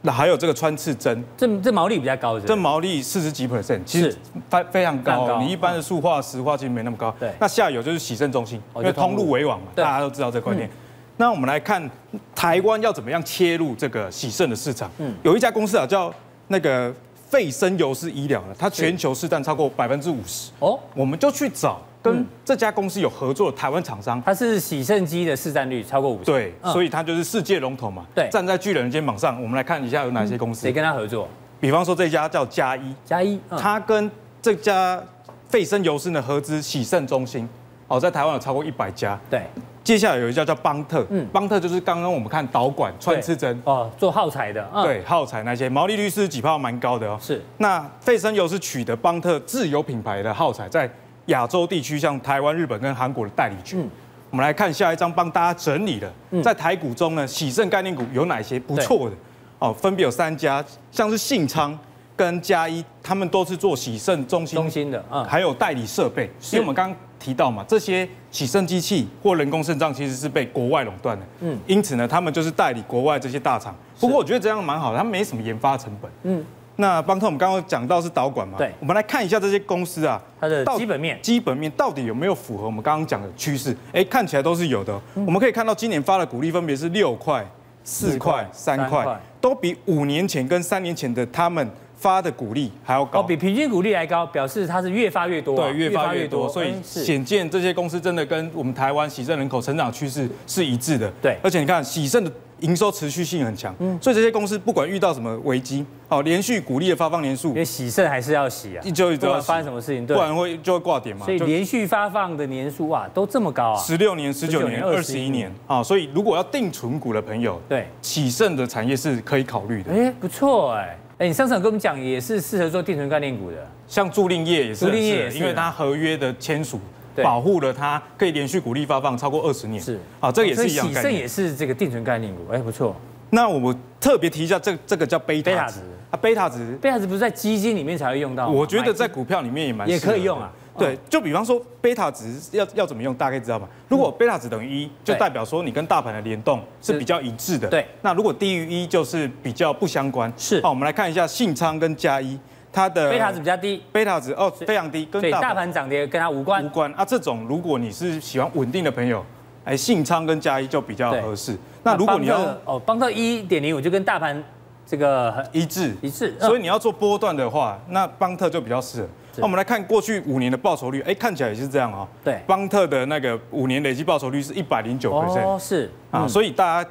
Speaker 3: 那还有这个穿刺针，
Speaker 1: 这这毛利比较高，是不
Speaker 3: 这
Speaker 1: 是
Speaker 3: 毛利四十几 percent，其
Speaker 1: 是
Speaker 3: 实非非常
Speaker 1: 非常
Speaker 3: 高
Speaker 1: 高
Speaker 3: 哦。你一般的塑化、石化其实没那么高。
Speaker 1: 对
Speaker 3: 那下游就是洗肾中心，
Speaker 1: 哦
Speaker 3: 因
Speaker 1: 就
Speaker 3: 为
Speaker 1: 通路
Speaker 3: 通路为王嘛，
Speaker 1: 对嗯
Speaker 3: 大家都知道这个观念。那我们来看台湾要怎么样切入这个洗肾的市场。嗯，有一家公司啊，叫那个费生油师医疗呢，它全球市占超过百分之五十。
Speaker 1: 哦，
Speaker 3: 我们就去找
Speaker 1: 嗯
Speaker 3: 跟这家公司有合作的台湾厂商。
Speaker 1: 它是洗肾机的市占率超过五十，
Speaker 3: 对，
Speaker 1: 嗯
Speaker 3: 所以它就是世界龙头嘛。
Speaker 1: 对嗯
Speaker 3: 站在巨人的肩膀上，我们来看一下有哪些公司
Speaker 1: 谁。跟它合作？
Speaker 3: 比方说这家叫加一，
Speaker 1: 加一，嗯
Speaker 3: 它跟这家费生油师呢合资洗肾中心，哦，在台湾有超过一百家。
Speaker 1: 对
Speaker 3: 接下来有一家叫邦特，
Speaker 1: 嗯
Speaker 3: 邦特就是刚刚我们看导管穿刺针
Speaker 1: 对，哦，做耗材的，嗯，
Speaker 3: 对，耗材那些毛利率是几趴蛮高的哦。
Speaker 1: 是。
Speaker 3: 那费生油是取得邦特自有品牌的耗材，在亚洲地区，像台湾、日本跟韩国的代理权。
Speaker 1: 嗯
Speaker 3: 我们来看下一张，帮大家整理的，在台股中呢，喜盛概念股有哪些不错的？哦，分别有三家，像是信昌跟嘉一，他们都是做喜盛中心
Speaker 1: 中心的嗯
Speaker 3: 还有代理设备。因为我们刚刚提到嘛，这些洗肾机器或人工肾脏其实是被国外垄断的，
Speaker 1: 嗯
Speaker 3: 嗯，因此呢，他们就是代理国外这些大厂。不过我觉得这样蛮好的，他们没什么研发成本。
Speaker 1: 嗯
Speaker 3: 嗯，那邦特我们刚刚讲到是导管嘛，
Speaker 1: 对
Speaker 3: 我们来看一下这些公司啊，
Speaker 1: 它的
Speaker 3: 到
Speaker 1: 基本面
Speaker 3: 基本面到底有没有符合我们刚刚讲的趋势？哎，看起来都是有的哦。
Speaker 1: 嗯
Speaker 3: 我们可以看到今年发的股利分别是六块、四块、
Speaker 1: 三
Speaker 3: 三
Speaker 1: 块
Speaker 3: 块，都比五年前跟三年前的他们发的股利还要
Speaker 1: 哦，
Speaker 3: 高。
Speaker 1: 比平均股利还高，表示它是越发越多啊，
Speaker 3: 对，越发越多，所以
Speaker 1: 嗯是
Speaker 3: 显见这些公司真的跟我们台湾喜盛人口成长趋势是一致的。
Speaker 1: 对嗯
Speaker 3: 而且你看喜盛的营收持续性很强，所以这些公司不管遇到什么危机，好，连续鼓励的发放年数
Speaker 1: 因为洗肾还是要洗啊，
Speaker 3: 一周一
Speaker 1: 不
Speaker 3: 周要
Speaker 1: 管
Speaker 3: 洗
Speaker 1: 发生什么事情，
Speaker 3: 不
Speaker 1: 对，
Speaker 3: 然会啊就会挂点嘛。
Speaker 1: 所以连续发放的年数啊都这么高啊，
Speaker 3: 十六年、十九
Speaker 1: 19
Speaker 3: 年、
Speaker 1: 年
Speaker 3: 二十一年啊，所以如果要定存股的朋友，
Speaker 1: 对
Speaker 3: 喜盛的产业是可以考虑的。
Speaker 1: 哎，不错哎，哎，你上次有跟我们讲也是适合做定存概念股的，
Speaker 3: 像租赁业也
Speaker 1: 租
Speaker 3: 是很适合，
Speaker 1: 赁业也是啊
Speaker 3: 因为它合约的签署
Speaker 1: 对
Speaker 3: 保护了它可以连续鼓励发放超过二十年。
Speaker 1: 是哦
Speaker 3: 啊，这个也
Speaker 1: 所
Speaker 3: 是
Speaker 1: 以
Speaker 3: 一样
Speaker 1: 喜
Speaker 3: 概
Speaker 1: 盛
Speaker 3: 念
Speaker 1: 也。是这个定存概念股，哎，不错，
Speaker 3: 那我特别提一下，这这个叫贝
Speaker 1: 贝塔
Speaker 3: 塔
Speaker 1: 值
Speaker 3: 值啊，贝塔值，
Speaker 1: 贝塔值不是在基金里面才会用到吗，
Speaker 3: 我觉得在
Speaker 1: 买
Speaker 3: 股票里面也蛮
Speaker 1: 也
Speaker 3: 适合
Speaker 1: 可以用啊
Speaker 3: 的。对，就比方说贝塔值要要怎么用，大概知道吧？如果贝塔值等于一，就
Speaker 1: 对
Speaker 3: 代表说你跟大盘的联动是比较一致的。
Speaker 1: 对
Speaker 3: 那如果低于一，就是比较不相关。
Speaker 1: 是
Speaker 3: 好，我们来看一下信昌跟加一，它的
Speaker 1: 贝塔值比较低，
Speaker 3: 贝塔值哦非常低，跟
Speaker 1: 所以大
Speaker 3: 大盘
Speaker 1: 盘涨跌跟它无关
Speaker 3: 无。关啊。这种如果你是喜欢稳定的朋友，哎，信昌跟加一就比较
Speaker 1: 对
Speaker 3: 合适。那如果你
Speaker 1: 邦
Speaker 3: 要
Speaker 1: 特哦，邦特一点零五就跟大盘这个很
Speaker 3: 一致，
Speaker 1: 一致，
Speaker 3: 所以
Speaker 1: 嗯
Speaker 3: 你要做波段的话，那邦特就比较适合。
Speaker 1: 是
Speaker 3: 那我们来看过去五年的报酬率，哎，看起来也是这样哦。
Speaker 1: 对
Speaker 3: 邦特的那个五年累计报酬率是一百零九 percent
Speaker 1: 哦是
Speaker 3: 啊，所以大家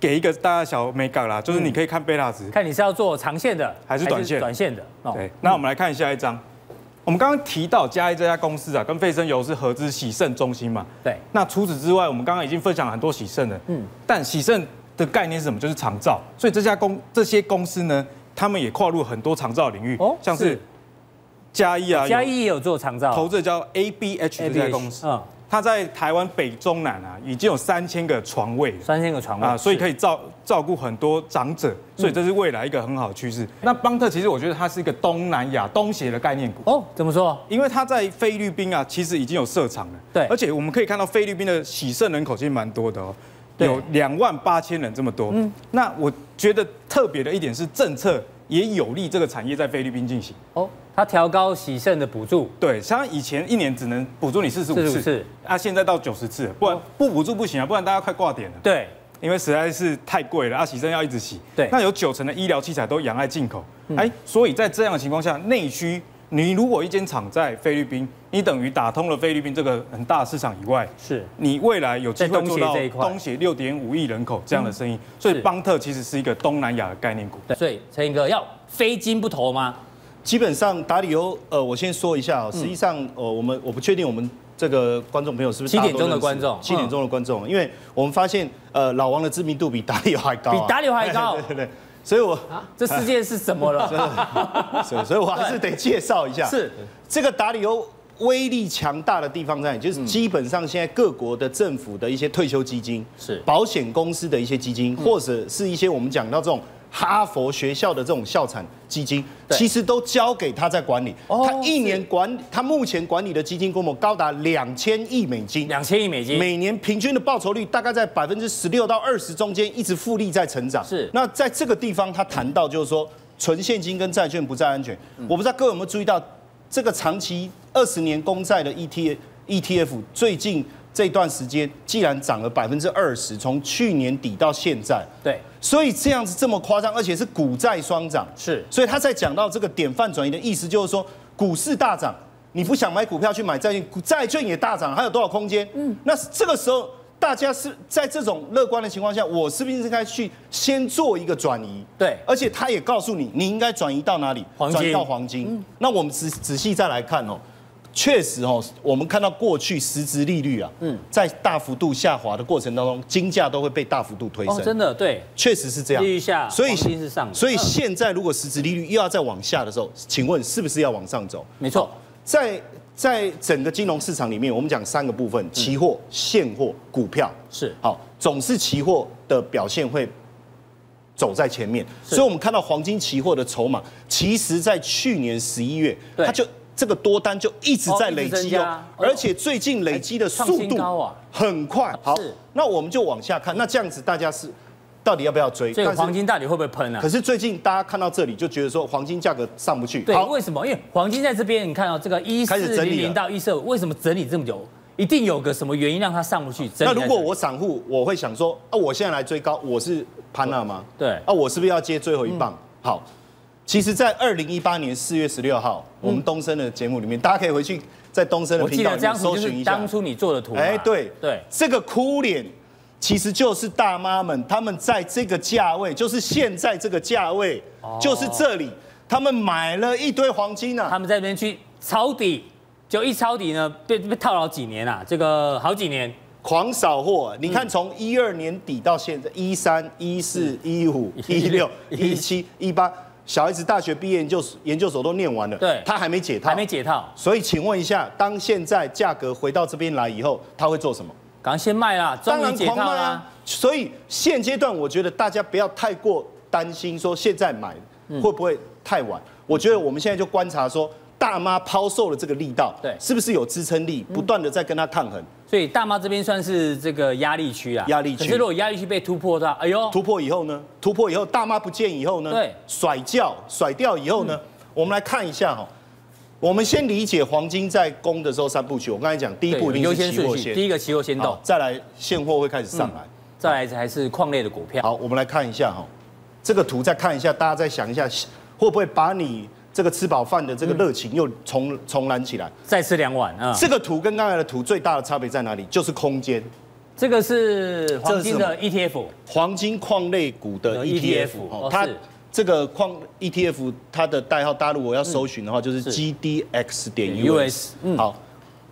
Speaker 3: 给一个大家小美感啦，就是你可以看贝塔值。
Speaker 1: 看你是要做长线的
Speaker 3: 还是短线
Speaker 1: 短线的哦
Speaker 3: 对，那我们来看下一张。我们刚刚提到嘉义这家公司啊，跟费生油是合资洗肾中心嘛。
Speaker 1: 对
Speaker 3: 那除此之外，我们刚刚已经分享了很多洗肾了。
Speaker 1: 嗯
Speaker 3: 嗯。但洗肾的概念是什么？就是长照。所以这家公这些公司呢，他们也跨入很多长照领域，
Speaker 1: 哦
Speaker 3: 像是嘉义啊，
Speaker 1: 嘉
Speaker 3: 有
Speaker 1: 义也有做长照，
Speaker 3: 投资的叫 ABH 这家公司，
Speaker 1: 嗯，
Speaker 3: 它在台湾北中南啊，已经有三千个床位了。
Speaker 1: 三千个床位
Speaker 3: 啊，所以可
Speaker 1: 以
Speaker 3: 以照照顾很多长者，所以这是未来一个很好的趋势。嗯那邦特其实我觉得它是一个东南亚东协的概念股，
Speaker 1: 哦，怎么说？
Speaker 3: 因为它在菲律宾啊，其实已经有设厂了。
Speaker 1: 对
Speaker 3: 而且我们可以看到菲律宾的喜盛人口其实蛮多的哦，
Speaker 1: 对
Speaker 3: 有两万八千人这么多。嗯，那我觉得特别的一点是政策也有利这个产业在菲律宾进行。
Speaker 1: 哦，它调高喜盛的补助，
Speaker 3: 对，像以前一年只能补助你四十五
Speaker 1: 45次
Speaker 3: 次，啊，现在到九十次了，不然不补助不行啊，不然大家快挂点了。
Speaker 1: 对，
Speaker 3: 因为实在是太贵了，啊，洗肾要一直洗。
Speaker 1: 对嗯
Speaker 3: 那有九成的医疗器材都仰赖进口，哎、所以在这样的情况下，内需你如果一间厂在菲律宾，你等于打通了菲律宾这个很大的市场以外，
Speaker 1: 是
Speaker 3: 你未来有机
Speaker 1: 在
Speaker 3: 会
Speaker 1: 东
Speaker 3: 做
Speaker 1: 协
Speaker 3: 到
Speaker 1: 这一块嗯
Speaker 3: 东协六点五亿人口这样的生意，所以邦特其实是一个东南亚的概念股。
Speaker 1: 对，所以陈英哥要非金不投吗？
Speaker 6: 基本上打理由，呃，我先说一
Speaker 1: 嗯
Speaker 6: 下、哦，实际上，呃，我们我不确定我们这个观众朋友是不是
Speaker 1: 七
Speaker 6: 大家
Speaker 1: 点
Speaker 6: 都
Speaker 1: 钟的
Speaker 6: 认识
Speaker 1: 观众嗯
Speaker 6: 七点钟的观众，因为我们发现，呃，老王的知名度比打理由还高啊、
Speaker 1: 比打理由还高
Speaker 6: 对对对，所以我
Speaker 1: 这世界是怎么 了？
Speaker 6: 所以所以我还是得介绍一下，
Speaker 1: 是
Speaker 6: 这个达里欧威力强大的地方在哪
Speaker 1: 嗯
Speaker 6: 里？就是基本上现在各国的政府的一些退休基金，
Speaker 1: 是嗯
Speaker 6: 保险公司的一些基金，或者是一些我们讲到这种。哈佛学校的这种校产基金，
Speaker 1: 对
Speaker 6: 其实都交给他在管理。
Speaker 1: 哦
Speaker 6: 他一年管，他目前管理的基金规模高达两千亿美 金，
Speaker 1: 两千亿美金，
Speaker 6: 每年平均的报酬率大概在百分之十六到二十中间，一直复利在成长。
Speaker 1: 是
Speaker 6: 那在这个地方，他谈到就是说，纯现金跟债券不再安全。
Speaker 1: 嗯
Speaker 6: 我不知道各位有没有注意到，这个长期二十年公债的 E ETF ETF 最近这段时间既然涨了百分之二十，从去年底到现在。
Speaker 1: 对，
Speaker 6: 所以这样子这么夸张，而且是股债双涨，
Speaker 1: 是
Speaker 6: 所以他在讲到这个典范转移的意思，就是说股市大涨，你不想买股票去买债券，股债券也大涨，还有多少空间？嗯，那这个时候大家是在这种乐观的情况下，我是不是应该去先做一个转移？
Speaker 1: 对
Speaker 6: 而且他也告诉你，你应该转移到哪里？
Speaker 1: 黄金嗯
Speaker 6: 转移到黄金。那我们仔仔细再来看哦。确实哦，我们看到过去实质利率啊，嗯，在大幅度下滑的过程当中，金价都会被大幅度推升。
Speaker 1: 哦，真的对，
Speaker 6: 确实是这样。
Speaker 1: 利率下
Speaker 6: 所以
Speaker 1: 黄金是上的
Speaker 6: 所以现在如果实质利率又要再往下的时候，请问是不是要往上走？
Speaker 1: 没错，
Speaker 6: 在在整个金融市场里面，我们讲三个部分：期货、现货、股票。
Speaker 1: 嗯是
Speaker 6: 好，总是期货的表现会走在前面，
Speaker 1: 是
Speaker 6: 所以我们看到黄金期货的筹码，其实在去年十一月，
Speaker 1: 对
Speaker 6: 它就这个多单就一直在累
Speaker 1: 哦一直增
Speaker 6: 积
Speaker 1: 加
Speaker 6: 哦，
Speaker 1: 哦
Speaker 6: 而且最近累积的
Speaker 1: 还
Speaker 6: 速
Speaker 1: 创新
Speaker 6: 度
Speaker 1: 高啊
Speaker 6: 很快。好
Speaker 1: 是，
Speaker 6: 那我们就往下看，那这样子大家是到底要不要追？
Speaker 1: 所以
Speaker 6: 但是
Speaker 1: 黄金到底会不会喷啊
Speaker 6: 可？是最近大家看到这里就觉得说黄金价格上不去，
Speaker 1: 对，
Speaker 6: 好，
Speaker 1: 为什么？因为黄金在这边，你看哦到、这个一四
Speaker 6: 开始整
Speaker 1: 零
Speaker 6: 理
Speaker 1: 零
Speaker 6: 了
Speaker 1: 到一四五，为什么整理这么久？一定有个什么原因让它上不去。整
Speaker 6: 那
Speaker 1: 理
Speaker 6: 如
Speaker 1: 在
Speaker 6: 果
Speaker 1: 这里
Speaker 6: 我散户，我会想说啊，我现在来追高，我是潘娜吗？
Speaker 1: 对
Speaker 6: 啊，我是不是要接最后一棒？好，其实，在二零一八年四月十六号，我们东升的节目里面，大家可以回去在东升的
Speaker 1: 嗯我记
Speaker 6: 频道
Speaker 1: 得
Speaker 6: 里
Speaker 1: 这张
Speaker 6: 面
Speaker 1: 图
Speaker 6: 搜
Speaker 1: 就
Speaker 6: 寻
Speaker 1: 是
Speaker 6: 一下
Speaker 1: 当。初你做的图嘛。
Speaker 6: 哎，对
Speaker 1: 对，
Speaker 6: 这个哭脸其实就是大妈们，她们在这个价位，就是现在这个价位，就是
Speaker 1: 哦
Speaker 6: 这里，她们买了一堆黄金 啊
Speaker 1: 他。们在那边去抄底，就一抄底呢，被被套牢几年啊，这个好几年。
Speaker 6: 狂扫货，你
Speaker 1: 嗯
Speaker 6: 看从一二年底到现在，一三、一四、一五、一六、一七、一八，小孩子大学毕业研究所研究所都念完了，
Speaker 1: 对
Speaker 6: 他还没解套，
Speaker 1: 还没。解套，
Speaker 6: 所以请问一下，当现在价格回到这边来以后，他会做什么？
Speaker 1: 赶快先卖啦，终
Speaker 6: 当
Speaker 1: 于
Speaker 6: 然
Speaker 1: 解
Speaker 6: 狂
Speaker 1: 套
Speaker 6: 卖
Speaker 1: 啦
Speaker 6: 啊。！所以现阶段，我觉得大家不要太过担心，说现在买
Speaker 1: 嗯
Speaker 6: 会不会太晚？我觉得我们现在就观察说，大妈抛售的这个力道，
Speaker 1: 对嗯
Speaker 6: 是不是有支撑力，不断的在跟它抗衡？
Speaker 1: 所以大妈这边算是这个压力区啊，
Speaker 6: 压力
Speaker 1: 可
Speaker 6: 区
Speaker 1: 是如果压力区被突破的话，哎呦，
Speaker 6: 突破以后呢？突破以后，大妈不见以后呢？
Speaker 1: 对嗯
Speaker 6: 甩掉甩掉以后呢？我们来看一下哈、我们先理解黄金在攻的时候三部曲。我刚才讲，第一
Speaker 1: 对
Speaker 6: 步一
Speaker 1: 有优
Speaker 6: 定
Speaker 1: 先
Speaker 6: 是期
Speaker 1: 顺
Speaker 6: 货
Speaker 1: 序，
Speaker 6: 先，
Speaker 1: 第一个期货先
Speaker 6: 好
Speaker 1: 动，嗯
Speaker 6: 再来现货会开始上来。
Speaker 1: 再来才是矿类的股票。
Speaker 6: 好，我们来看一下哈、这个图再看一下，大家再想一下，会不会把你这个吃饱饭的这个热情又重重燃起来？
Speaker 1: 再吃两碗啊！
Speaker 6: 这个图跟刚才的图最大的差别在哪里？就是空间。
Speaker 1: 这个是黄金的 E
Speaker 6: 这
Speaker 1: ETF，
Speaker 6: 黄金矿类股的
Speaker 1: 的
Speaker 6: ETF，
Speaker 1: ETF 哦
Speaker 6: 哦它
Speaker 1: 是
Speaker 6: 这个矿 ETF 它的代号，大陆我要搜寻的话就是
Speaker 1: 是嗯
Speaker 6: GDX 点
Speaker 1: US
Speaker 6: US。好，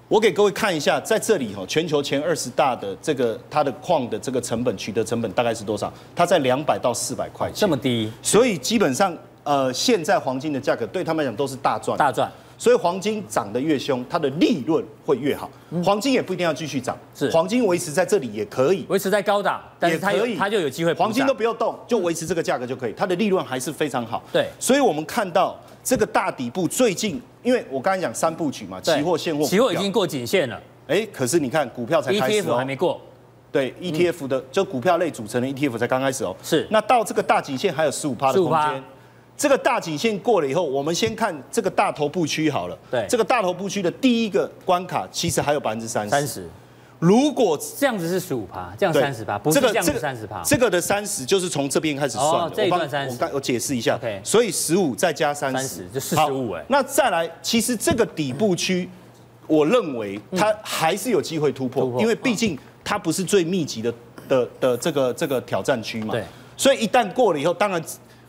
Speaker 6: 我给各位看一下，在这里哈，全球前二十大的这个它的矿的这个成本取得成本大概是多少？它在两百到四百块钱
Speaker 1: 这么，低，
Speaker 6: 所以基本上呃，现在黄金的价格对他们来讲都是大赚，
Speaker 1: 大赚。
Speaker 6: 所以黄金涨得越凶，它的利润会越好。黄金也不一定要继续涨，
Speaker 1: 嗯是
Speaker 6: 黄金维持在这里也可以。
Speaker 1: 维持在高档，但是
Speaker 6: 也
Speaker 1: 它
Speaker 6: 可
Speaker 1: 有
Speaker 6: 以，
Speaker 1: 它就有机会补涨。
Speaker 6: 黄金都不用动，就维持这个价格就可以，它的利润还是非常好。
Speaker 1: 对
Speaker 6: 所以我们看到这个大底部最近，因为我刚才讲三部曲嘛，
Speaker 1: 对
Speaker 6: 期货、现货、
Speaker 1: 期货
Speaker 6: 股
Speaker 1: 已
Speaker 6: 票
Speaker 1: 经，过颈线了
Speaker 6: 哎，可是你看股票才开始
Speaker 1: ，ETF
Speaker 6: 哦
Speaker 1: 还没过，
Speaker 6: 对 ETF 的就股票类组成的 ETF 才刚开始哦。
Speaker 1: 是
Speaker 6: 那到这个大颈线还有十五趴的空
Speaker 1: 15%
Speaker 6: 间。这个大颈线过了以后，我们先看这个大头部区好了。
Speaker 1: 对
Speaker 6: 这个大头部区的第一个关卡其实还有百分之三十。
Speaker 1: 三十
Speaker 6: 如果
Speaker 1: 这样子是十五趴，这样
Speaker 6: 对
Speaker 1: 啊三十趴，不是这样子三十趴。
Speaker 6: 这个的三十就是从这边开始算的。
Speaker 1: 哦这一段
Speaker 6: 我帮
Speaker 1: 30
Speaker 6: 我刚我解释一下
Speaker 1: OK
Speaker 6: 所以十五再加三十
Speaker 1: 30就45哎
Speaker 6: 那再来，其实这个底部区，我认为它还是有机会突破，
Speaker 1: 嗯突破嗯
Speaker 6: 因为毕竟它不是最密集的的的这个这个挑战区嘛。
Speaker 1: 对。
Speaker 6: 所以一旦过了以后，当然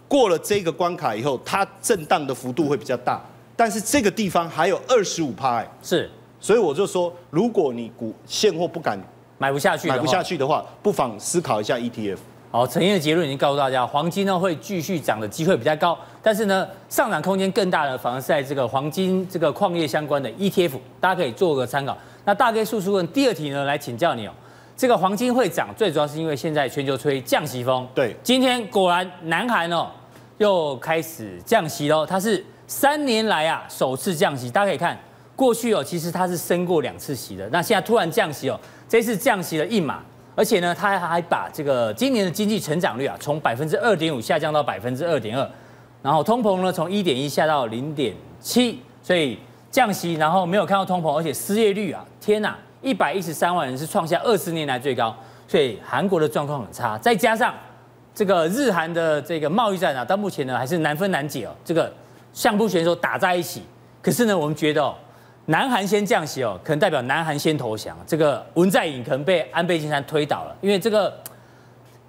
Speaker 6: 过了这个关卡以后，它震荡的幅度会比较大，但是这个地方还有二十五趴，哎
Speaker 1: 是
Speaker 6: 所以我就说，如果你股现货不敢
Speaker 1: 买不下去，
Speaker 6: 买不下。去的话，不妨思考一下 E ETF。
Speaker 1: 好，陈燕的结论已经告诉大家，黄金呢会继续涨的机会比较高，但是呢上涨空间更大的反而是在这个黄金这个矿业相关的 ETF，大家可以做个参考。那大概叔叔问第二题呢，来请教你哦，这个黄金会涨，最主要是因为现在全球吹降息风，
Speaker 6: 对
Speaker 1: 今天果然南韩哦又开始降息喽，它是三年来啊首次降息，大家可以看过去哦，其实它是升过两次息的，那现在突然降息哦，这次降息了一码，而且呢，它还把这个今年的经济成长率啊从百分之二点五下降到百分之二点二，然后通膨呢从一点一下到零点七，所以降息，然后没有看到通膨，而且失业率啊，天呐，一百一十三万人是创下二十年来最高，所以韩国的状况很差，再加上。这个日韩的这个贸易战啊，到目前呢还是难分难解哦。这个相扑选手打在一起，可是呢，我们觉得哦，南韩先降息哦，可能代表南韩先投降。这个文在寅可能被安倍晋三推倒了，因为这个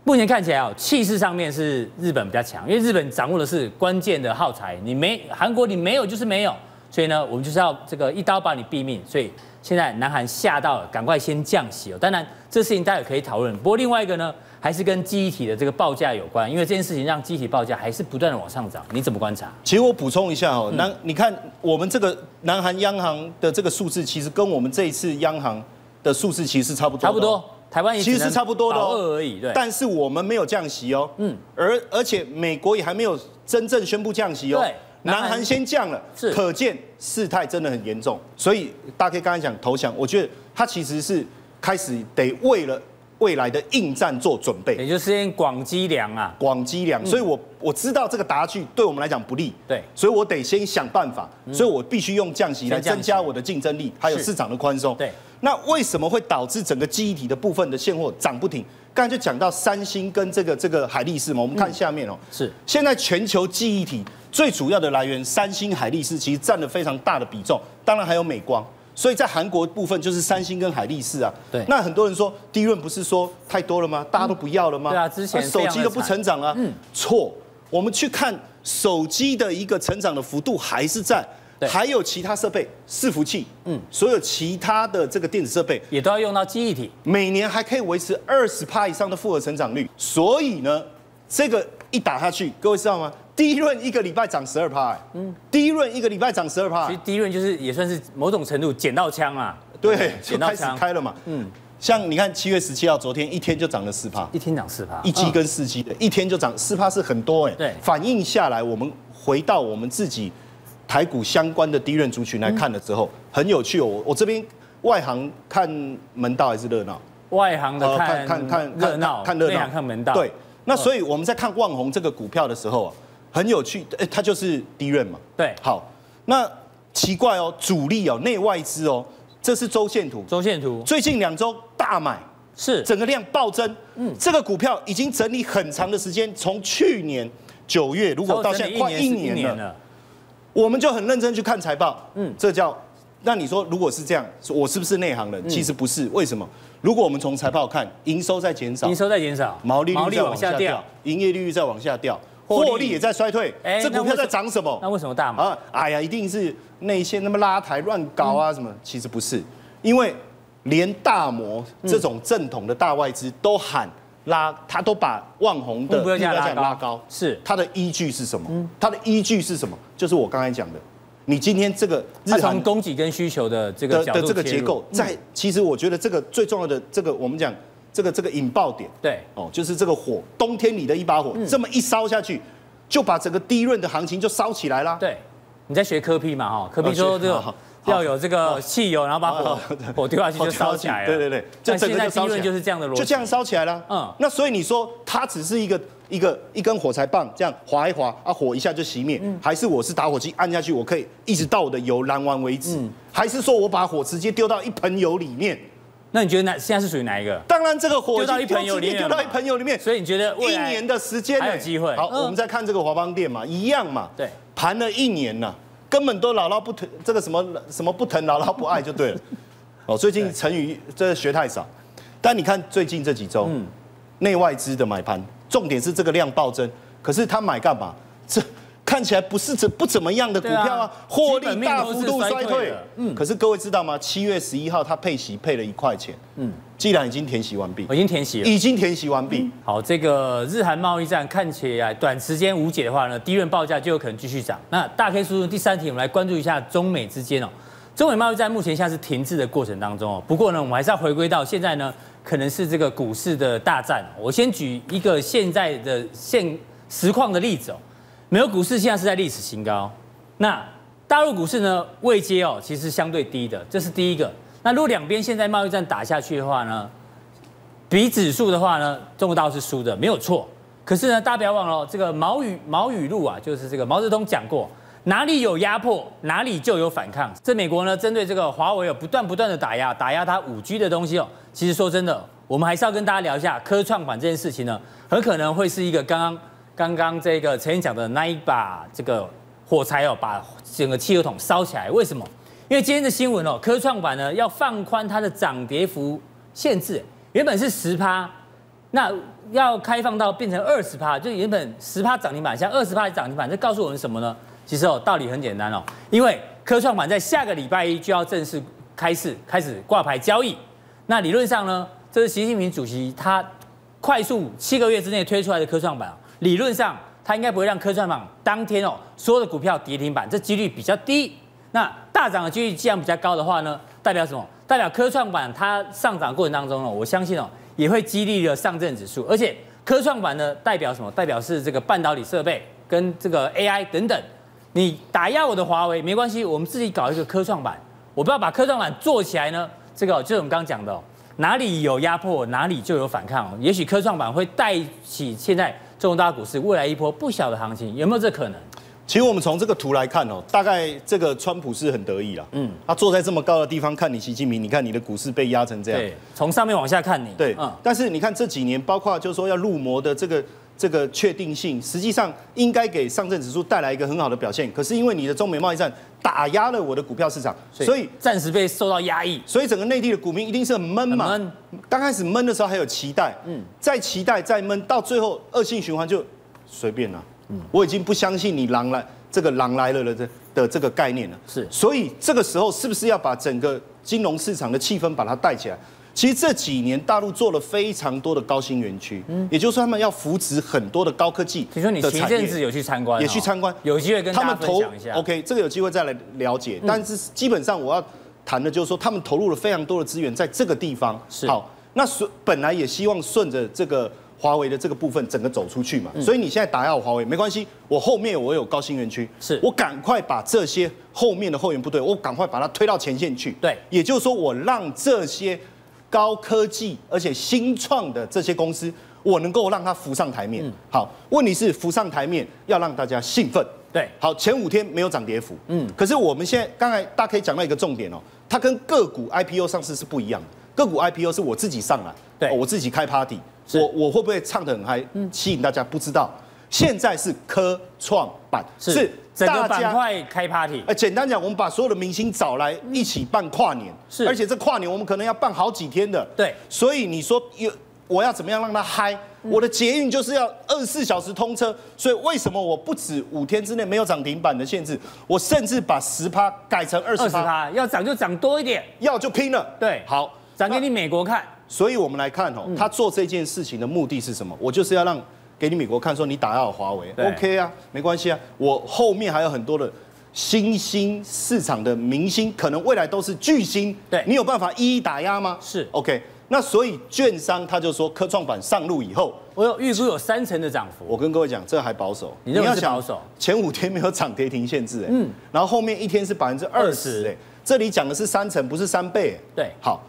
Speaker 1: 目前看起来哦，气势上面是日本比较强，因为日本掌握的是关键的耗材，你没韩国你没有就是没有，所以呢，我们就是要这个一刀把你毙命。所以现在南韩吓到了，赶快先降息哦。当然，这事情待会可以讨论。不过另外一个呢，还是跟记忆体的这个报价有关，因为这件事情让记忆体报价还是不断的往上涨，你怎么观察？
Speaker 6: 其实我补充一下
Speaker 1: 嗯
Speaker 6: 哦，南、你看我们这个南韩央行的这个数字，其实跟我们这一次央行的数字其实是差不多的哦，
Speaker 1: 差不多，台湾也
Speaker 6: 其实是差不多的哦
Speaker 1: 二而已，对。
Speaker 6: 但是我们没有降息哦，嗯，而而且美国也还没有真正宣布降息哦，
Speaker 1: 对南韩
Speaker 6: 南韩先降了，
Speaker 1: 是
Speaker 6: 可见事态真的很严重。所以大家刚才讲投降，我觉得它其实是开始得为了未来的应战做准备。
Speaker 1: 也就是因为广积粮啊，
Speaker 6: 广积粮，所以我我知道这个答句对我们来讲不利，
Speaker 1: 对嗯
Speaker 6: 所以我得先想办法，所以我必须用降息来
Speaker 1: 先降息
Speaker 6: 增加我的竞争力，还有
Speaker 1: 是
Speaker 6: 市场的宽松。
Speaker 1: 对，
Speaker 6: 那为什么会导致整个记忆体的部分的现货涨不停？刚才就讲到三星跟这个这个海力士嘛，我们看下面哦、
Speaker 1: 嗯是
Speaker 6: 现在全球记忆体最主要的来源，三星、海力士其实占了非常大的比重，当然还有美光。所以在韩国部分就是三星跟海力士啊。
Speaker 1: 对
Speaker 6: 那很多人说低润不是说太多了吗？大家都不要了吗？
Speaker 1: 对啊之前
Speaker 6: 那手机都不成长啊。嗯，错，我们去看手机的一个成长的幅度还是在
Speaker 1: 对，
Speaker 6: 还有其他设备、伺服器，嗯，所有其他的这个电子设备，
Speaker 1: 也都要用到记忆体。
Speaker 6: 每年还可以维持二十趴以上的复合成长率。所以呢，这个一打下去，各位知道吗？第一轮一个礼拜涨十二趴，嗯，第一轮一个礼拜涨十二趴哎
Speaker 1: 其，实第一轮就是也算是某种程度捡到枪啊，
Speaker 6: 对，就
Speaker 1: 捡到
Speaker 6: 开始
Speaker 1: 枪，
Speaker 6: 开了嘛，嗯，像你看七月十七号，昨天一天就涨了四趴，
Speaker 1: 一天涨四趴，
Speaker 6: 一 G 跟四 G 的，一天就涨四趴是很多哎、
Speaker 1: 嗯对
Speaker 6: 反映下来，我们回到我们自己台股相关的低润族群来看了之后，很有趣哦。我我这边外行看门道还是热闹？
Speaker 1: 外行的
Speaker 6: 呃
Speaker 1: 看
Speaker 6: 看看
Speaker 1: 热闹，
Speaker 6: 看热
Speaker 1: 内
Speaker 6: 闹，
Speaker 1: 行看门道。嗯
Speaker 6: 对，那所以我们在看万红这个股票的时候啊，很有趣，哎，它就是低润嘛。
Speaker 1: 对
Speaker 6: 好，那奇怪哦，主力哦，内外资哦，这是周线图，
Speaker 1: 周线图
Speaker 6: 最近两周大买，
Speaker 1: 是
Speaker 6: 整个量暴增。嗯，这个股票已经整理很长的时间，从去年九月，如果到现在快哦一
Speaker 1: 哦一
Speaker 6: 年
Speaker 1: 年
Speaker 6: 了，
Speaker 1: 了，
Speaker 6: 我们就很认真去看财报。
Speaker 1: 嗯
Speaker 6: 嗯，这叫那你说，如果是这样，我是不是内行人？其实不是，为什么？如果我们从财报看，营收在减少
Speaker 1: 营，收在减少，
Speaker 6: 毛利率在
Speaker 1: 往
Speaker 6: 往下掉，，营业利率在往下掉，获利也在衰退
Speaker 1: 哎，
Speaker 6: 这
Speaker 1: 那
Speaker 6: 股票
Speaker 1: 为什
Speaker 6: 在涨什么？
Speaker 1: 那为什么大嘛？
Speaker 6: 啊，哎呀，一定是内线那么拉抬乱搞
Speaker 1: 嗯
Speaker 6: 啊什么？其实不是，因为连大摩
Speaker 1: 嗯
Speaker 6: 这种正统的大外资都喊拉，他都把万红的
Speaker 1: 目标价
Speaker 6: 目
Speaker 1: 拉高
Speaker 6: 拉高，
Speaker 1: 是嗯
Speaker 6: 它的依据是什么？它的依据是什么？就是我刚才讲的，你今天这个日
Speaker 1: 它
Speaker 6: 韩
Speaker 1: 从供给跟需求的这个
Speaker 6: 的
Speaker 1: 角
Speaker 6: 的
Speaker 1: 度
Speaker 6: 这个
Speaker 1: 切入嗯
Speaker 6: 结构，在其实我觉得这个最重要的这个我们讲这个这个引爆点，
Speaker 1: 对嗯
Speaker 6: 哦，就是这个火，冬天里的一把火，这么一烧下去，就把整个低润的行情就烧起来啦。
Speaker 1: 对，你在学科批嘛哈？科批说
Speaker 6: 哦
Speaker 1: 这
Speaker 6: 学好
Speaker 1: 个
Speaker 6: 好哦
Speaker 1: 要有这个汽油，然后把火
Speaker 6: 好好对
Speaker 1: 火丢下去就烧起来了。
Speaker 6: 对对对，
Speaker 1: 但
Speaker 6: 就整
Speaker 1: 现
Speaker 6: 个
Speaker 1: 在
Speaker 6: 就
Speaker 1: 第
Speaker 6: 烧
Speaker 1: 一
Speaker 6: 起来
Speaker 1: 轮就是这样的逻辑，
Speaker 6: 就这样烧起来了。
Speaker 1: 嗯
Speaker 6: 嗯，那所以你说它只是一个一个一根火柴棒这样划一划啊，火一下就熄灭，还是我是打火机按下去，我可嗯以一直到我的油燃完为止，还是说我把火直接丢到一盆油里面？
Speaker 1: 那你觉得哪现在是属于哪一个？
Speaker 6: 当然，这个火
Speaker 1: 丢到一
Speaker 6: 已经
Speaker 1: 盆油里面
Speaker 6: 丢
Speaker 1: 嘛
Speaker 6: 到一盆油里面，
Speaker 1: 所以你觉得未
Speaker 6: 一
Speaker 1: 来
Speaker 6: 年的时间呢
Speaker 1: 还有机会
Speaker 6: 好，我们再看这个华邦店嘛，一样嘛，
Speaker 1: 对，
Speaker 6: 盘了一年呐，根本都姥姥不疼，这个什么什么不疼姥姥不爱就 对了。哦，最近成语这学太少，但你看最近这几周，
Speaker 1: 嗯
Speaker 6: 内外资的买盘，重点是这个量暴增，可是他买干嘛？这看起来不是怎不怎么样的股票啊，
Speaker 1: 对啊
Speaker 6: 获
Speaker 1: 基本
Speaker 6: 利
Speaker 1: 面
Speaker 6: 大
Speaker 1: 都是
Speaker 6: 幅度
Speaker 1: 衰
Speaker 6: 衰
Speaker 1: 退
Speaker 6: 退
Speaker 1: 的。
Speaker 6: 嗯，可是各位知道吗？七月十一号它配息配了一块钱，嗯，既然已经填息完毕
Speaker 1: 哦我，已经填息了。
Speaker 6: 已经填息完毕，
Speaker 1: 好，这个日韩贸易战看起来短时间无解的话呢，低润报价就有可能继续涨。那大 K 叔叔第三题，我们来关注一下中美之间哦。中美贸易战目前现在是停滞的过程当中哦，不过呢，我们还是要回归到现在呢，可能是这个股市的大战。我先举一个现在的现实况的例子哦，美国股市现在是在历史新高，那大陆股市呢位阶哦其实相对低的，这是第一个。那如果两边现在贸易战打下去的话呢，比指数的话呢，中国大陆是输的，没有错。可是呢，大家不要忘了哦，这个毛语毛语录啊，就是这个毛泽东讲过，哪里有压迫，哪里就有反抗。这美国呢，针对这个华为有不断不断的打压，打压它五 G 的东西哦。其实说真的，我们还是要跟大家聊一下科创板这件事情呢，很可能会是一个刚刚刚刚这个陈燕讲的那一把这个火柴哦，把整个汽油桶烧起来。为什么？因为今天的新闻哦，科创板呢要放宽它的涨跌幅限制，原本是十趴，那要开放到变成二十趴，就原本十趴涨停板，像二十趴涨停板，这告诉我们什么呢？其实哦，道理很简单哦，因为科创板在下个礼拜一就要正式开市，开始挂牌交易。那理论上呢，这是习近平主席他快速七个月之内推出来的科创板，啊理论上它应该不会让科创板当天哦所有的股票跌停板，这几率比较低。那大涨的几率既然比较高的话呢，代表什么？代表科创板它上涨过程当中呢，我相信哦也会激励了上证指数，而且科创板呢代表什么？代表是这个半导体设备跟这个 AI 等等。你打压我的华为没关系，我们自己搞一个科创板，我不要把科创板做起来呢。这个哦就是我们刚刚讲的哦，哪里有压迫，哪里就有反抗哦。也许科创板会带起现在中国大陆股市未来一波不小的行情，有没有这可能？
Speaker 6: 其实我们从这个图来看哦，大概这个川普是很得意啦。嗯，他坐在这么高的地方看你习近平，你看你的股市被压成这样。
Speaker 1: 对，嗯从上面往下看你，
Speaker 6: 啊对，但是你看这几年，包括就是说要入魔的这个这个确定性，实际上应该给上证指数带来一个很好的表现。可是因为你的中美贸易战打压了我的股票市场，所以
Speaker 1: 暂时被受到压抑。
Speaker 6: 所以整个内地的股民一定是很闷嘛。
Speaker 1: 很
Speaker 6: 刚开始闷的时候还有期待，嗯，再期待再闷，到最后恶性循环就随便了。嗯，我已经不相信你狼来这个狼来了的这的这个概念了。
Speaker 1: 是
Speaker 6: 所以这个时候是不是要把整个金融市场的气氛把它带起来？其实这几年大陆做了非常多的高新园区，嗯，也就是说他们要扶持很多的高科技的
Speaker 1: 听
Speaker 6: 产业。
Speaker 1: 说你前一阵子有去参观哦，
Speaker 6: 也去参观，
Speaker 1: 有机会跟
Speaker 6: 他
Speaker 1: 大
Speaker 6: 们
Speaker 1: 家
Speaker 6: 投
Speaker 1: 分享一下。嗯
Speaker 6: OK，这个有机会再来了解。但是基本上我要谈的就是说，他们投入了非常多的资源在这个地方。
Speaker 1: 是
Speaker 6: 好，那顺本来也希望顺着这个华为的这个部分整个走出去
Speaker 1: 嗯
Speaker 6: 嘛，所以你现在打压我华为没关系，我后面我有高新园区，
Speaker 1: 是
Speaker 6: 我赶快把这些后面的后援部队，我赶快把它推到前线去。
Speaker 1: 对
Speaker 6: 也就是说，我让这些高科技而且新创的这些公司，我能够让它浮上台面。
Speaker 1: 嗯
Speaker 6: 好，问题是浮上台面要让大家兴奋。
Speaker 1: 对
Speaker 6: 好，前五天没有涨跌幅，嗯，可是我们现在刚才大家可以讲到一个重点哦，它跟个股 IPO 上市是不一样的。个股 IPO 是我自己上来，
Speaker 1: 对嗯
Speaker 6: 哦我自己开 party，我我会不会唱得很嗨，吸引大家不知道。现在是科创板，
Speaker 1: 是整个
Speaker 6: 大
Speaker 1: 板
Speaker 6: 家
Speaker 1: 块开 party，
Speaker 6: 呃，简单讲，我们把所有的明星找来一起办跨年，
Speaker 1: 是
Speaker 6: 而且这跨年我们可能要办好几天的，
Speaker 1: 对嗯
Speaker 6: 所以你说有我要怎么样让它嗨？我的捷运就是要二十四小时通车，所以为什么我不止五天之内没有涨停板的限制，我甚至把十趴改成二
Speaker 1: 二
Speaker 6: 十
Speaker 1: 十
Speaker 6: 趴，
Speaker 1: 趴，要涨就涨多一点，
Speaker 6: 要就拼了。
Speaker 1: 对
Speaker 6: 好，
Speaker 1: 涨给你美国看。
Speaker 6: 所以我们来看哦，
Speaker 1: 嗯
Speaker 6: 他做这件事情的目的是什么？我就是要让给你美国看，说你打压我华为
Speaker 1: 对
Speaker 6: ，OK 啊，没关系啊，我后面还有很多的新兴市场的明星，可能未来都是巨星，
Speaker 1: 对
Speaker 6: 你有办法一一打压吗？
Speaker 1: 是
Speaker 6: OK。那所以券商他就说科创板上路以后，
Speaker 1: 我有预估有三成的涨幅，
Speaker 6: 我跟各位讲，这还保守。
Speaker 1: 你认为是
Speaker 6: 要想
Speaker 1: 保守
Speaker 6: 前五天没有涨跌停限制，哎，嗯，然后后面一天是百分之二十，哎，这里讲的是三成，不是三倍，哎
Speaker 1: 对
Speaker 6: 好，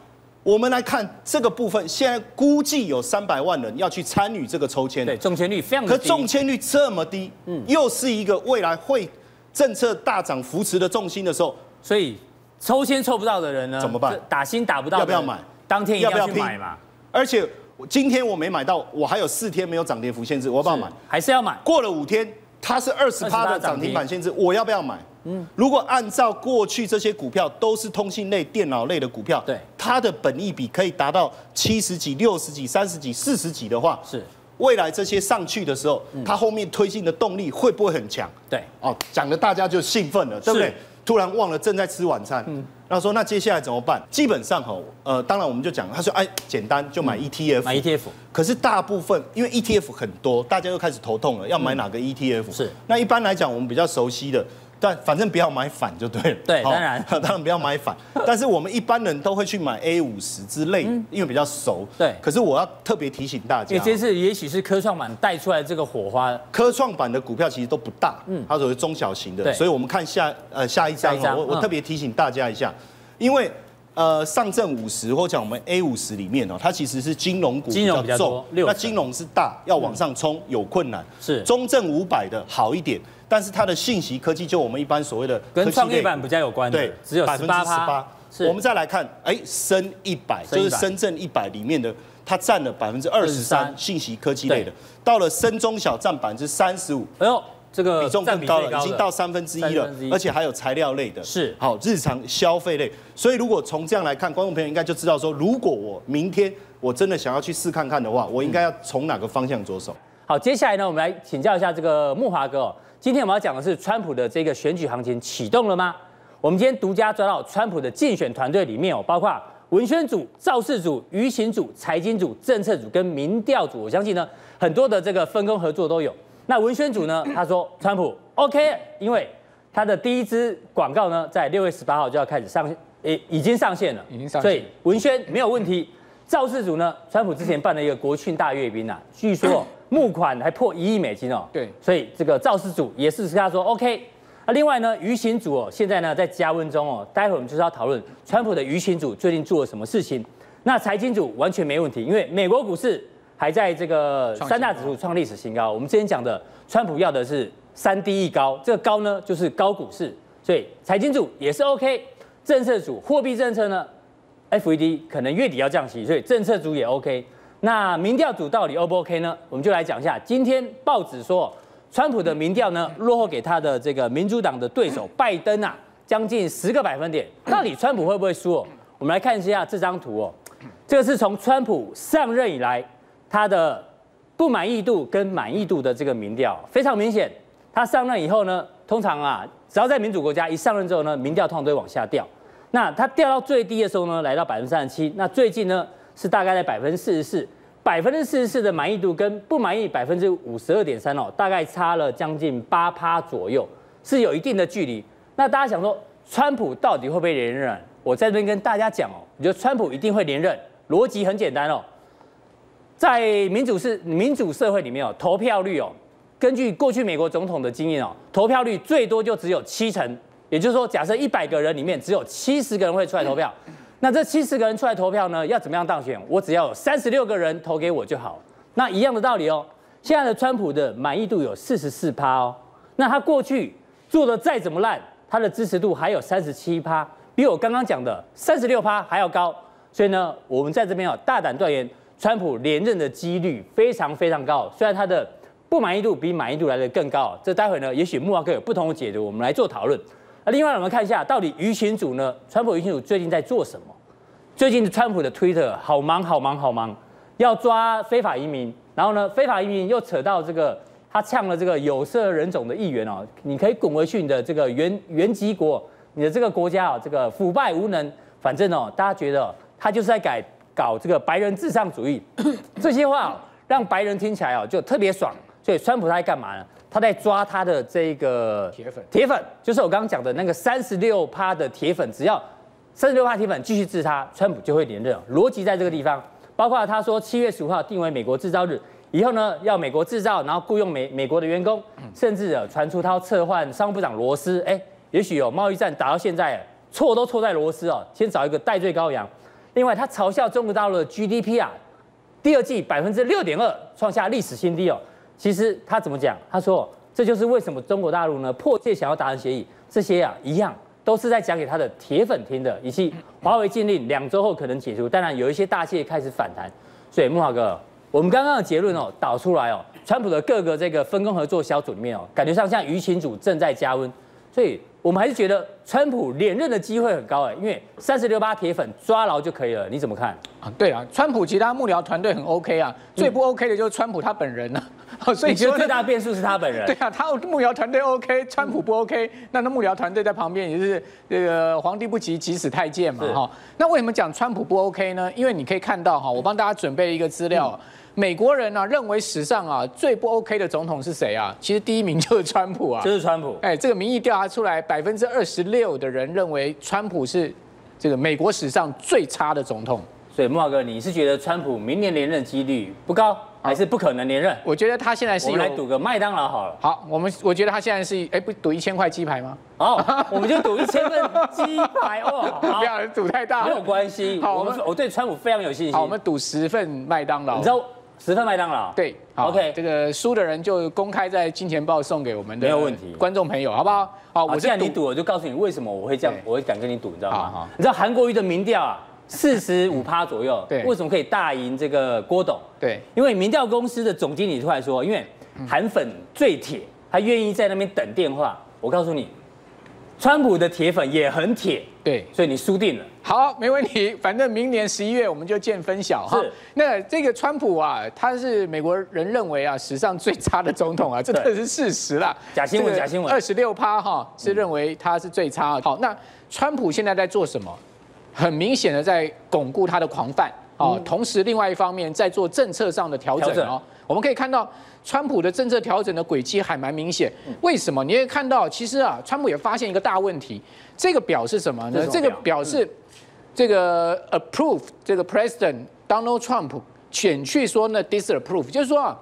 Speaker 6: 我们来看这个部分，现在估计有三百万人要去参与这个抽签，
Speaker 1: 对，中签率非常
Speaker 6: 嗯可
Speaker 1: 的低。
Speaker 6: 中签率这么低，嗯，又是一个未来会政策大涨扶持的重心的时候，
Speaker 1: 所以抽签抽不到的人呢，
Speaker 6: 怎么办
Speaker 1: 这打新打不到的人
Speaker 6: 要不要买？
Speaker 1: 当天一定
Speaker 6: 要
Speaker 1: 要
Speaker 6: 不
Speaker 1: 去
Speaker 6: 要
Speaker 1: 买
Speaker 6: 拼
Speaker 1: 嘛，
Speaker 6: 而且我今天我没买到，我还有四天没有涨跌幅限制，我要不要买？
Speaker 1: 还是要买？
Speaker 6: 过了五天，它是二十趴的涨停板限制，我要不要买？嗯，如果按照过去这些股票都是通信类、电脑类的股票，
Speaker 1: 对
Speaker 6: 它的本益比可以达到七十几、六十几、三十几、四十几的话，
Speaker 1: 是
Speaker 6: 未来这些上去的时候，它后面推进的动力会不会很强？
Speaker 1: 对
Speaker 6: 哦，讲的大家就兴奋了，对不对
Speaker 1: 是？
Speaker 6: 突然忘了正在吃晚餐，然后说那接下来怎么办？基本上吼，呃，当然我们就讲，他说哎，简单就买 ETF，、
Speaker 1: 买 E ETF
Speaker 6: 可是大部分因为 ETF 很多，大家又开始头痛了，要买哪个 ETF？、
Speaker 1: 嗯是
Speaker 6: 那一般来讲，我们比较熟悉的，但反正不要买反就对了。
Speaker 1: 对
Speaker 6: 好
Speaker 1: 当然
Speaker 6: 当然不要买反。但是我们一般人都会去买 A 五十之类，因为比较熟。
Speaker 1: 嗯对
Speaker 6: 可是我要特别提醒大
Speaker 1: 因
Speaker 6: 家
Speaker 1: 为，哎这次也许是科创板带出来这个火花，
Speaker 6: 科创板的股票其实都不大，嗯，它属于中小型
Speaker 1: 对
Speaker 6: 的，所以我们看下呃下一
Speaker 1: 下
Speaker 6: 张
Speaker 1: 一
Speaker 6: 哦，
Speaker 1: 张
Speaker 6: 我
Speaker 1: 嗯
Speaker 6: 我特别提醒大家一下，因为呃上证五十或讲我们 A 五十里面哦，它其实是金融股
Speaker 1: 金融比较
Speaker 6: 重
Speaker 1: 多，六成嗯
Speaker 6: 那金融是大，要往上冲有困难，
Speaker 1: 是
Speaker 6: 中证五百的好一点，但是它的信息科技就我们一般所谓的科
Speaker 1: 跟
Speaker 6: 技
Speaker 1: 创业
Speaker 6: 类
Speaker 1: 板比较有关的
Speaker 6: 对，，
Speaker 1: 只有
Speaker 6: 百
Speaker 1: 十
Speaker 6: 分之
Speaker 1: 八
Speaker 6: 十八
Speaker 1: 趴。。是
Speaker 6: 我们再来看，哎，深一百
Speaker 1: 深
Speaker 6: 就是
Speaker 1: 100
Speaker 6: 深圳一百里面的，它占了百分之二十三
Speaker 1: 23
Speaker 6: 信息科技类
Speaker 1: 对
Speaker 6: 的，到了深中小占百分之三十五，
Speaker 1: 哎呦，这个
Speaker 6: 比重
Speaker 1: 占
Speaker 6: 更
Speaker 1: 比
Speaker 6: 高
Speaker 1: 最
Speaker 6: 了，已经
Speaker 1: 的
Speaker 6: 到三分之一
Speaker 1: 三
Speaker 6: 了
Speaker 1: 分之一，
Speaker 6: 而且还有材料类的，
Speaker 1: 是
Speaker 6: 好日常消费类。所以如果从这样来看，观众朋友应该就知道说，如果我明天我真的想要去试看看的话，我应该要从哪个方向着手？
Speaker 1: 好，接下来呢，我们来请教一下这个木华哥、哦。今天我们要讲的是川普的这个选举行情启动了吗？我们今天独家抓到川普的竞选团队里面哦，包括文宣组、造势组、舆情组、财经组、政策组跟民调组。我相信呢，很多的这个分工合作都有。那文宣组呢，他说川普 OK，因为他的第一支广告呢，在六月十八号就要开始上，诶，已经上线了，
Speaker 7: 已经上线
Speaker 1: 所以文宣没有问题。肇事组呢，川普之前办了一个国庆大阅兵啊，据说 募款还破一亿美金哦。
Speaker 7: 对
Speaker 1: 所以这个肇事组也是跟他说 OK。那另外呢，舆情组哦，现在呢在加温中哦，待会我们就是要讨论川普的舆情组最近做了什么事情。那财经组完全没问题，因为美国股市还在这个
Speaker 7: 创新高
Speaker 1: 三大指数创历史新高。我们之前讲的，川普要的是三低一高，这个高呢就是高股市，所以财经组也是 OK。政策组货币政策呢 FED E 可能月底要降息，所以政策组也 OK。那民调组到底 O 不 OK 呢？我们就来讲一下。今天报纸说，川普的民调呢落后给他的这个民主党的对手拜登啊，将近十个百分点。到底川普会不会输哦？我们来看一下这张图哦，这个是从川普上任以来他的不满意度跟满意度的这个民调，非常明显。他上任以后呢，通常啊，只要在民主国家一上任之后呢，民调通常都会往下掉。那它掉到最低的时候呢，来到百分之三十七。那最近呢，是大概在百分之四十四，百分之四十四的满意度跟不满意百分之五十二点三哦，大概差了将近八趴左右，是有一定的距离。那大家想说，川普到底会不会连任？我在这边跟大家讲哦，我觉得川普一定会连任，逻辑很简单哦。在民主是民主社会里面哦，投票率哦，根据过去美国总统的经验哦，投票率最多就只有七成，也就是说，假设一百个人里面只有七十个人会出来投票，那这七十个人出来投票呢，要怎么样当选？我只要有三十六个人投给我就好。那一样的道理哦，现在的川普的满意度有四十四趴哦，那他过去做的再怎么烂，他的支持度还有三十七趴，比我刚刚讲的三十六趴还要高。所以呢，我们在这边啊大胆断言，川普连任的几率非常非常高。虽然他的不满意度比满意度来得更高，这待会呢，也许穆华克有不同的解读，我们来做讨论。那另外，我们看一下到底舆情组呢，川普舆情组最近在做什么？最近川普的 Twitter 好忙好忙好忙，要抓非法移民，然后呢，非法移民又扯到这个他呛了这个有色人种的议员哦，你可以滚回去你的这个原原籍国，你的这个国家哦，这个腐败无能，反正哦，大家觉得哦他就是在改搞这个白人至上 主义，这些话、哦、让白人听起来哦就特别爽，所以川普他在干嘛呢？他在抓他的这个
Speaker 7: 铁粉
Speaker 1: 铁粉就是我刚刚讲的那个三十六趴的铁粉，只要三十六趴铁粉继续支持他，川普就会连任。逻辑在这个地方，包括他说七月十五号定为美国制造日，以后呢要美国制造，然后雇佣美美国的员工，甚至呃传出他要撤换商务部长罗斯，哎，也许有贸易战打到现在，错都错在罗斯哦，先找一个戴罪羔羊。另外，他嘲笑中国大陆的 GDP 啊，第二季百分之六点二，创下历史新低哦。其实他怎么讲？他说这就是为什么中国大陆呢迫切想要达成协议，这些啊一样都是在讲给他的铁粉听的，以及华为禁令两周后可能解除，当然有一些大企业开始反弹。所以木华哥，我们刚刚的结论哦导出来哦，川普的各个这个分工合作小组里面哦，感觉上像舆情组正在加温，所以我们还是觉得川普连任的机会很高哎，因为三十六八铁粉抓牢就可以了，你怎么看？
Speaker 7: 啊，对啊，川普其他幕僚团队很 OK 啊，最不 OK 的就是川普他本人呐、啊， 所以
Speaker 1: 嗯你觉得
Speaker 7: 这
Speaker 1: 最大的嗯变数是他本人？
Speaker 7: 对啊，他幕僚团队 OK，川普不 OK，、那那幕僚团队在旁边也是这个皇帝不急急死太监嘛
Speaker 1: 是
Speaker 7: 哈。那为什么讲川普不 OK 呢？因为你可以看到哈，
Speaker 1: 嗯
Speaker 7: 我帮大家准备了一个资料。啊美国人呢、啊、认为史上啊最不 OK 的总统是谁啊？其实第一名就是川普啊，
Speaker 1: 就是川普。
Speaker 7: 哎，这个民意调查出来，百分之二十六的人认为川普是这个美国史上最差的总统。
Speaker 1: 所以木华哥，你是觉得川普明年连任几率不高，还是不可能连任？
Speaker 7: 我觉得他现在
Speaker 1: 我
Speaker 7: 是
Speaker 1: 们来
Speaker 7: 有
Speaker 1: 赌个麦当劳好了。
Speaker 7: 好，我们我觉得他现在是哎不赌一千块鸡排吗？
Speaker 1: 好，我们就赌一千份鸡排哦。好
Speaker 7: 哦 不，要赌太大，
Speaker 1: 没有关系。
Speaker 7: 好
Speaker 1: 我们
Speaker 7: 我们
Speaker 1: 我对川普非常有信心。
Speaker 7: 好，我们赌十份麦当劳。
Speaker 1: 你知道十份麦当劳？
Speaker 7: 对好
Speaker 1: OK
Speaker 7: 这个输的人就公开在金钱豹送给我们的
Speaker 1: 没有问题
Speaker 7: 观众朋友，好不好？好，
Speaker 1: 好，
Speaker 7: 我
Speaker 1: 我既
Speaker 7: 是
Speaker 1: 然你赌，我就告诉你为什么我会这样
Speaker 7: 对，
Speaker 1: 我会敢跟你赌，你知道
Speaker 7: 好好
Speaker 1: 吗？你知道韩国瑜的民调啊，四十五趴左右，
Speaker 7: 对
Speaker 1: 为什么可以大赢这个郭董？
Speaker 7: 对
Speaker 1: 因为民调公司的总经理突然说，因为韩粉最铁，他愿意在那边等电话。我告诉你，川普的铁粉也很铁，
Speaker 7: 对。
Speaker 1: 所以你输定了。
Speaker 7: 好，没问题，反正明年十一月我们就见分晓哈
Speaker 1: 是。
Speaker 7: 那这个川普啊，他是美国人认为啊史上最差的总统啊，这个
Speaker 1: 对
Speaker 7: 是事实啦。
Speaker 1: 假新闻假新闻
Speaker 7: 二十六趴哈是认为他是最差啊。好，那川普现在在做什么？很明显的在巩固他的狂犯哦，同时另外一方面在做政策上的调整
Speaker 1: 嗯调整
Speaker 7: 哦。我们可以看到，川普的政策调整的轨迹还蛮明显。
Speaker 1: 嗯
Speaker 7: 为什么？你也看到，其实啊，川普也发现一个大问题，这个表是什么
Speaker 1: 这是
Speaker 7: 呢？
Speaker 1: 什
Speaker 7: 呃这
Speaker 1: 么
Speaker 7: 个
Speaker 1: 表嗯
Speaker 7: 表示这个 approve 这个 President Donald Trump 选去说呢 disapprove，就是说啊，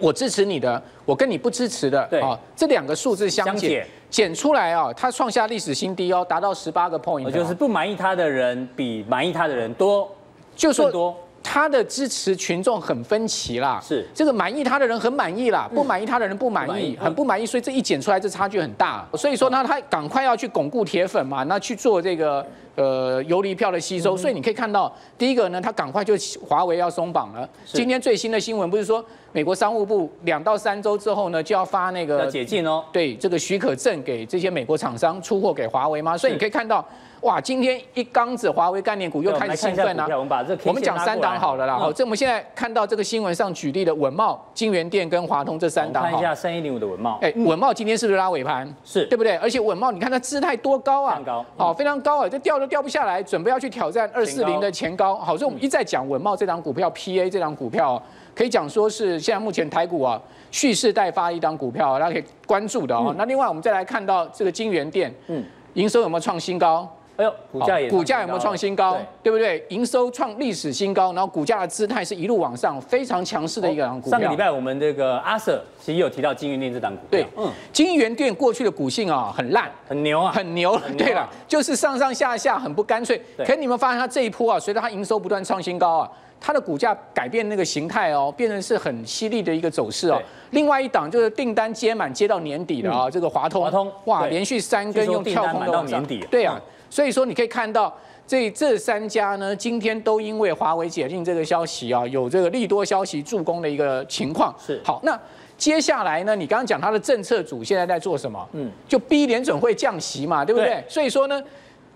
Speaker 7: 我支持你的，我跟你不支持的
Speaker 1: 对
Speaker 7: 啊，这两个数字相
Speaker 1: 相
Speaker 7: 减
Speaker 1: 减
Speaker 7: 减出来啊，它创下历史新低哦，达到十八个 point，
Speaker 1: 我
Speaker 7: 哦
Speaker 1: 就是不满意他的人比满意他的人多，
Speaker 7: 就
Speaker 1: 更
Speaker 7: 说
Speaker 1: 多。
Speaker 7: 他的支持群众很分歧啦，
Speaker 1: 是嗯
Speaker 7: 这个满意他的人很满意啦，不满意他的人不满
Speaker 1: 不满
Speaker 7: 意
Speaker 1: 意，
Speaker 7: 很不满意，所以这一剪出来，这差距很大。所以说呢，他赶快要去巩固铁粉嘛，那去做这个呃游离票的吸
Speaker 1: 嗯
Speaker 7: 收。所以你可以看到，第一个呢，他赶快就华为要松绑了。今天最新的新闻不是说，美国商务部两到三周之后呢，就要发那
Speaker 1: 要
Speaker 7: 个
Speaker 1: 解禁哦。
Speaker 7: 对这个许可证给这些美国厂商出货给华为吗？所以你可以看到，哇，今天一缸子华为概念股又
Speaker 1: 对我
Speaker 7: 开
Speaker 1: 们
Speaker 7: 始
Speaker 1: 来看
Speaker 7: 兴
Speaker 1: 一下
Speaker 7: 奋
Speaker 1: 股
Speaker 7: 啦、
Speaker 1: 票，我们把这个
Speaker 7: 我们讲三档好了啦，好，
Speaker 1: 我
Speaker 7: 这我们现在看到这个新闻上举例的文茂、金源店跟华通这三
Speaker 1: 们
Speaker 7: 档
Speaker 1: 看一
Speaker 7: 哈
Speaker 1: 下，三一零五的文茂，
Speaker 7: 哎，文茂今天是不是拉尾盘？
Speaker 1: 是
Speaker 7: 对不对？而且文茂，你看它姿态多高
Speaker 1: 非
Speaker 7: 啊
Speaker 1: 常，高嗯
Speaker 7: 好，非常高啊，这掉都掉不下来，准备要去挑战二四零的前高。好，所以我
Speaker 1: 嗯
Speaker 7: 们一再讲文茂这档股票，PA 这档股票哦，可以讲说是现在目前台股啊蓄势待发一档股票啊，大家可以关注的哦。那另外我们再来看到这个金源店，嗯
Speaker 1: 嗯，
Speaker 7: 营收有没有创新高？哦
Speaker 1: 哎呦，股价也
Speaker 7: 股价有没有创新高
Speaker 1: 对？
Speaker 7: 对不对？营收创历史新高，然后股价的姿态是一路往上，非常强势的一个股票。
Speaker 1: 哦上个礼拜我们这个阿 Sir 其实有提到金源店这档股票，
Speaker 7: 对，嗯，金源店过去的股性啊很烂，
Speaker 1: 很牛啊，
Speaker 7: 很牛，
Speaker 1: 很牛啊
Speaker 7: 对了，就是上上下下很不干脆。
Speaker 1: 对
Speaker 7: 可你们发现它这一波啊，随着它营收不断创新高啊，它的股价改变那个形态哦，变成是很犀利的一个走势哦
Speaker 1: 对。嗯
Speaker 7: 另外一档就是订单接满接到年底的啊，这个华通，
Speaker 1: 华通
Speaker 7: 哇，
Speaker 1: 对
Speaker 7: 连续三
Speaker 1: 据
Speaker 7: 根
Speaker 1: 说
Speaker 7: 用跳空
Speaker 1: 订单满
Speaker 7: 的
Speaker 1: 到
Speaker 7: 往上
Speaker 1: 年底
Speaker 7: 对啊，所以说你可以看到。这这三家呢，今天都因为华为解禁这个消息啊，有这个利多消息助攻的一个情况。
Speaker 1: 是
Speaker 7: 好，那接下来呢，你刚刚讲它的政策组现在在做什么？嗯
Speaker 1: 嗯，
Speaker 7: 就逼联准会降息嘛，对不对？
Speaker 1: 对
Speaker 7: 所以说呢，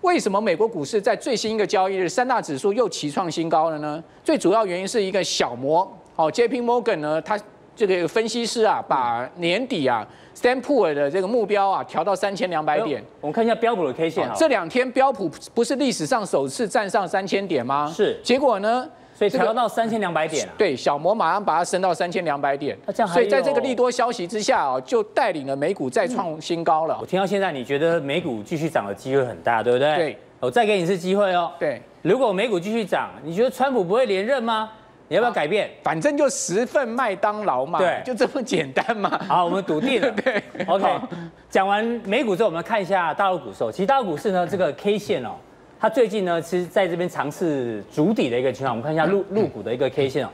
Speaker 7: 为什么美国股市在最新一个交易日三大指数又齐创新高了呢？最主要原因是一个小摩哦，JP Morgan 呢，它这个分析师啊，
Speaker 1: 嗯
Speaker 7: 把年底啊 Stan p o o r 的这个目标啊调到三千两百点
Speaker 1: 哎。呦我们看一下标普的 K 线
Speaker 7: 哦
Speaker 1: 好了，
Speaker 7: 这两天标普不是历史上首次站上三千点吗？
Speaker 1: 是
Speaker 7: 结果呢？
Speaker 1: 所以
Speaker 7: 这个
Speaker 1: 调到三千两百点啊，
Speaker 7: 对，小摩马上把它升到三千两百点
Speaker 1: 那这，样还
Speaker 7: 所以在
Speaker 1: 有
Speaker 7: 这个利多消息之下哦，就带领了美股再创新高了
Speaker 1: 我。听到现在，你觉得美股继续涨的机会很大，对不对？
Speaker 7: 对，
Speaker 1: 我再给你一次机会哦。
Speaker 7: 对，
Speaker 1: 如果美股继续涨，你觉得川普不会连任吗？你要不要改变？
Speaker 7: 反正就十份麦当劳嘛，
Speaker 1: 对
Speaker 7: 就这么简单嘛。
Speaker 1: 好，我们笃定了。
Speaker 7: 对
Speaker 1: OK
Speaker 7: 好。
Speaker 1: 讲完美股之后，我们看一下大陆股市哦。其实大陆股市呢，这个 K 线哦，它最近呢，其实在这边尝试筑底的一个情况。我们看一下
Speaker 7: 嗯
Speaker 1: 陆陆股的一个 K 线哦，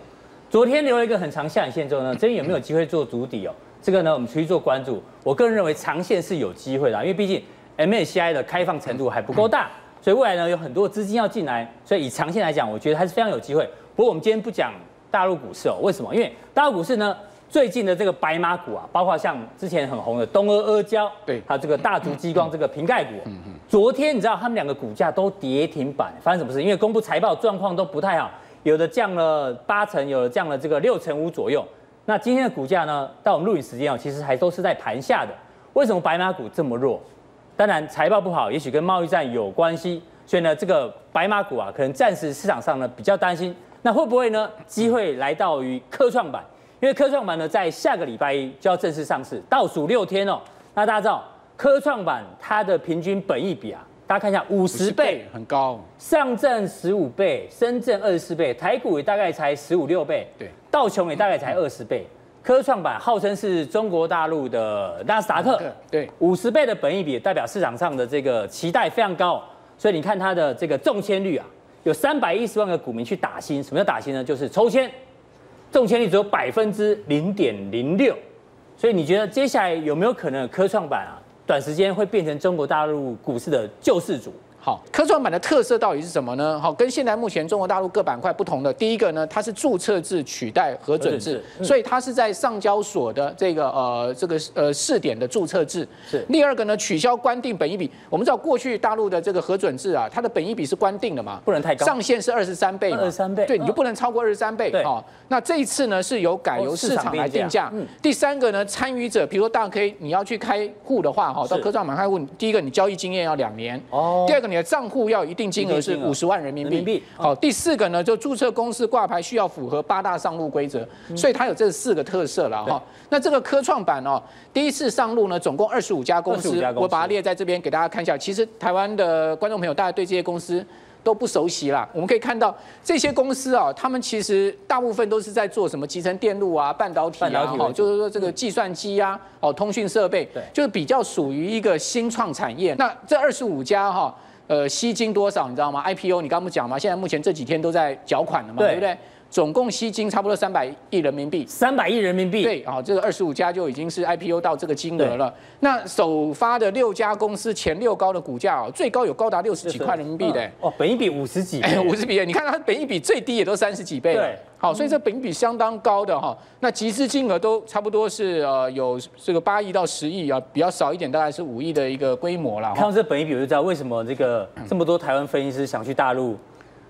Speaker 1: 昨天留了一个很长下影线之后呢，这边有没有机会做筑底哦？这个呢，我们持续做关注。我个人认为长线是有机会的啊，因为毕竟 MSCI 的开放程度还不够大，所以未来呢有很多资金要进来，所以以长线来讲，我觉得还是非常有机会。不过我们今天不讲大陆股市哦，为什么？因为大陆股市呢最近的这个白马股啊，包括像之前很红的东阿阿胶，
Speaker 7: 对
Speaker 1: 还有这个大族激光这个瓶盖股，哦昨天你知道他们两个股价都跌停板，发生什么事？因为公布财报状况都不太好，有的降了八成，有的降了这个六成五左右。那今天的股价呢，到我们录影时间哦，其实还都是在盘下的。为什么白马股这么弱？当然财报不好，也许跟贸易战有关系，所以呢，这个白马股啊，可能暂时市场上呢比较担心。那会不会呢？机会来到于科创板，因为科创板呢在下个礼拜一就要正式上市，倒数六天哦。那大家知道科创板它的平均本益比啊，大家看一下五十倍，
Speaker 7: 很高，
Speaker 1: 上证十五倍，深圳二十四倍，台股也大概才十五六倍，
Speaker 7: 对，
Speaker 1: 道琼也大概才二十倍。科创板号称是中国大陆的纳斯达克，
Speaker 7: 对，
Speaker 1: 五十倍的本益比代表市场上的这个期待非常高，所以你看它的这个中签率啊，有三百一十万个股民去打新。什么叫打新呢？就是抽签，中签率只有百分之零点零六。所以你觉得接下来有没有可能科创板啊，短时间会变成中国大陆股市的救世主？
Speaker 7: 好，科创板的特色到底是什么呢？好，跟现在目前中国大陆各板块不同的，第一个呢，它是注册制取代核准制，
Speaker 1: 嗯
Speaker 7: 所以它是在上交所的这个呃这个呃试点的注册制。
Speaker 1: 是
Speaker 7: 第二个呢，取消官定本益比。我们知道过去大陆的这个核准制啊，它的本益比是官定的嘛，
Speaker 1: 不能太高
Speaker 7: 上限是二十三倍嘛，
Speaker 1: 23倍
Speaker 7: 对，你就
Speaker 1: 嗯
Speaker 7: 不能超过二十三倍
Speaker 1: 对
Speaker 7: 哦。那这一次呢是由改由
Speaker 1: 哦市
Speaker 7: 市
Speaker 1: 场
Speaker 7: 场来
Speaker 1: 定价
Speaker 7: 定
Speaker 1: 嗯。
Speaker 7: 价第三个呢，参与者，比如说大 K，你要去开户的话，哈，到
Speaker 1: 是
Speaker 7: 科创板开户，第一个你交易经验要两年，
Speaker 1: 哦
Speaker 7: 第二个你的账户要有一定金额
Speaker 1: 一
Speaker 7: 是
Speaker 1: 定金额
Speaker 7: 五十万人民
Speaker 1: 人民币
Speaker 7: 币，好，第四个呢，就注册公司挂牌需要符合八大上路规则，
Speaker 1: 嗯
Speaker 7: 所以它有这四个特色了哈。那这个科创板哦，第一次上路呢，总共二十五家公
Speaker 1: 25
Speaker 7: 司
Speaker 1: 家公，司
Speaker 7: 我把它列在这边给大家看一下。其实台湾的观众朋友，大家对这些公司。都不熟悉啦。我们可以看到这些公司啊，他们其实大部分都是在做什么集成电路啊、半导体
Speaker 1: 半导
Speaker 7: 啊
Speaker 1: 体，为
Speaker 7: 哦
Speaker 1: 主嗯
Speaker 7: 就是说这个计算机啊，哦，通讯设备，
Speaker 1: 对
Speaker 7: 就是比较属于一个新创产业。那这二十五家哈、呃，吸金多少你知道吗？IPO 你刚刚不讲嘛，现在目前这几天都在缴款了嘛，
Speaker 1: 对
Speaker 7: 对不对？总共吸金差不多三百亿人民币。
Speaker 1: 三百亿人民币，
Speaker 7: 对，啊、这个二十五家就已经是 IPO 到这个金额了。那首发的六家公司前六高的股价哦，最高有高达六十几块人民币的、
Speaker 1: 嗯哦，本一比五十几倍，
Speaker 7: 哎，五十比的，你看它本益比最低也都三十几倍了
Speaker 1: 对。
Speaker 7: 好，所以这本益比相当高的哈。那集资金额都差不多是呃有这个八亿到十亿啊，比较少一点，大概是五亿的一个规模啦。
Speaker 1: 看
Speaker 7: 哈
Speaker 1: 到这本一比，我就知道为什么这个这么多台湾分析师想去大陆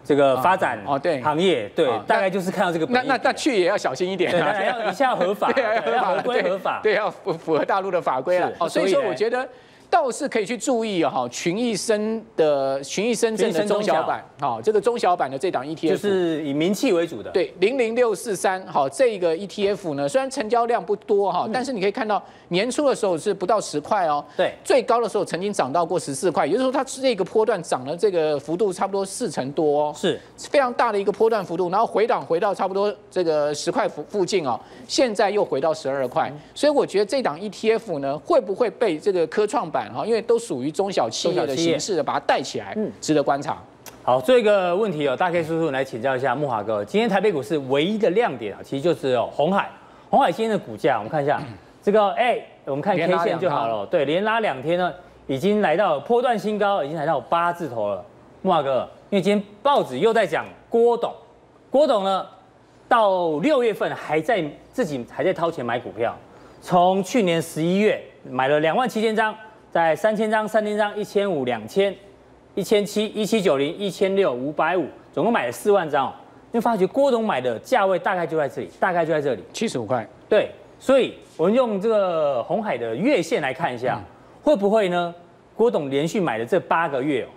Speaker 1: 这个发展
Speaker 7: 哦对
Speaker 1: 行业，对
Speaker 7: 啊，
Speaker 1: 大概就是看到这个本益
Speaker 7: 那
Speaker 1: 比
Speaker 7: 那那去也要小心一点
Speaker 1: 对，当
Speaker 7: 啊。
Speaker 1: 然要一下合法，
Speaker 7: 对啊，
Speaker 1: 对要合规
Speaker 7: 对
Speaker 1: 合法，
Speaker 7: 对，要符符合大陆的法规了
Speaker 1: 是。
Speaker 7: 哦，所以
Speaker 1: 所以
Speaker 7: 说
Speaker 1: 呢
Speaker 7: 我觉得倒是可以去注意哦哈，群益深的群益深
Speaker 1: 群
Speaker 7: 圳
Speaker 1: 益
Speaker 7: 的
Speaker 1: 深
Speaker 7: 中
Speaker 1: 中
Speaker 7: 小
Speaker 1: 小
Speaker 7: 板，好，这个中小板的这档 E ETF
Speaker 1: 就是以名气为主的。，
Speaker 7: 对，零零六四三，好，这个 ETF 呢，虽然成交量不多
Speaker 1: 嗯
Speaker 7: 哈，但是你可以看到年初的时候是不到十块哦，
Speaker 1: 对
Speaker 7: 最高的时候曾经涨到过十四块，也就是说它这个波段涨了这个幅度差不多四成多哦，
Speaker 1: 是
Speaker 7: 非常大的一个波段幅度，然后回档回到差不多这个十块附附近哦，现在又回到十二
Speaker 1: 嗯
Speaker 7: 块，所以我觉得这档 ETF 呢，会不会被这个科创板哈，因为都属于中小企业
Speaker 1: 中小
Speaker 7: 的
Speaker 1: 企业嗯
Speaker 7: 形式的把它带起来，值得观察。
Speaker 1: 好，这个问题哦，大 K 叔叔来请教一下木华哥。今天台北股市唯一的亮点啊，其实就是哦红海，红海今天的股价，我们看一下这个，哎，我们看 K
Speaker 7: 连拉
Speaker 1: 线就好了哦，对，连拉两天呢，已经来到波段新高，已经来到八字头了。木华哥，因为今天报纸又在讲郭董，郭董呢到六月份还在自己还在掏钱买股票，从去年十一月买了两万七千张，在三千张、三千张、一千五、两千、一千七、一七九零、一千六、五百五，总共买了四万张哦。你会发觉郭董买的价位大概就在这里，大概就在这里。
Speaker 7: 七十五块，
Speaker 1: 对，所以我们用这个红海的月线来看一下，会不会呢？郭董连续买的这八个月哦，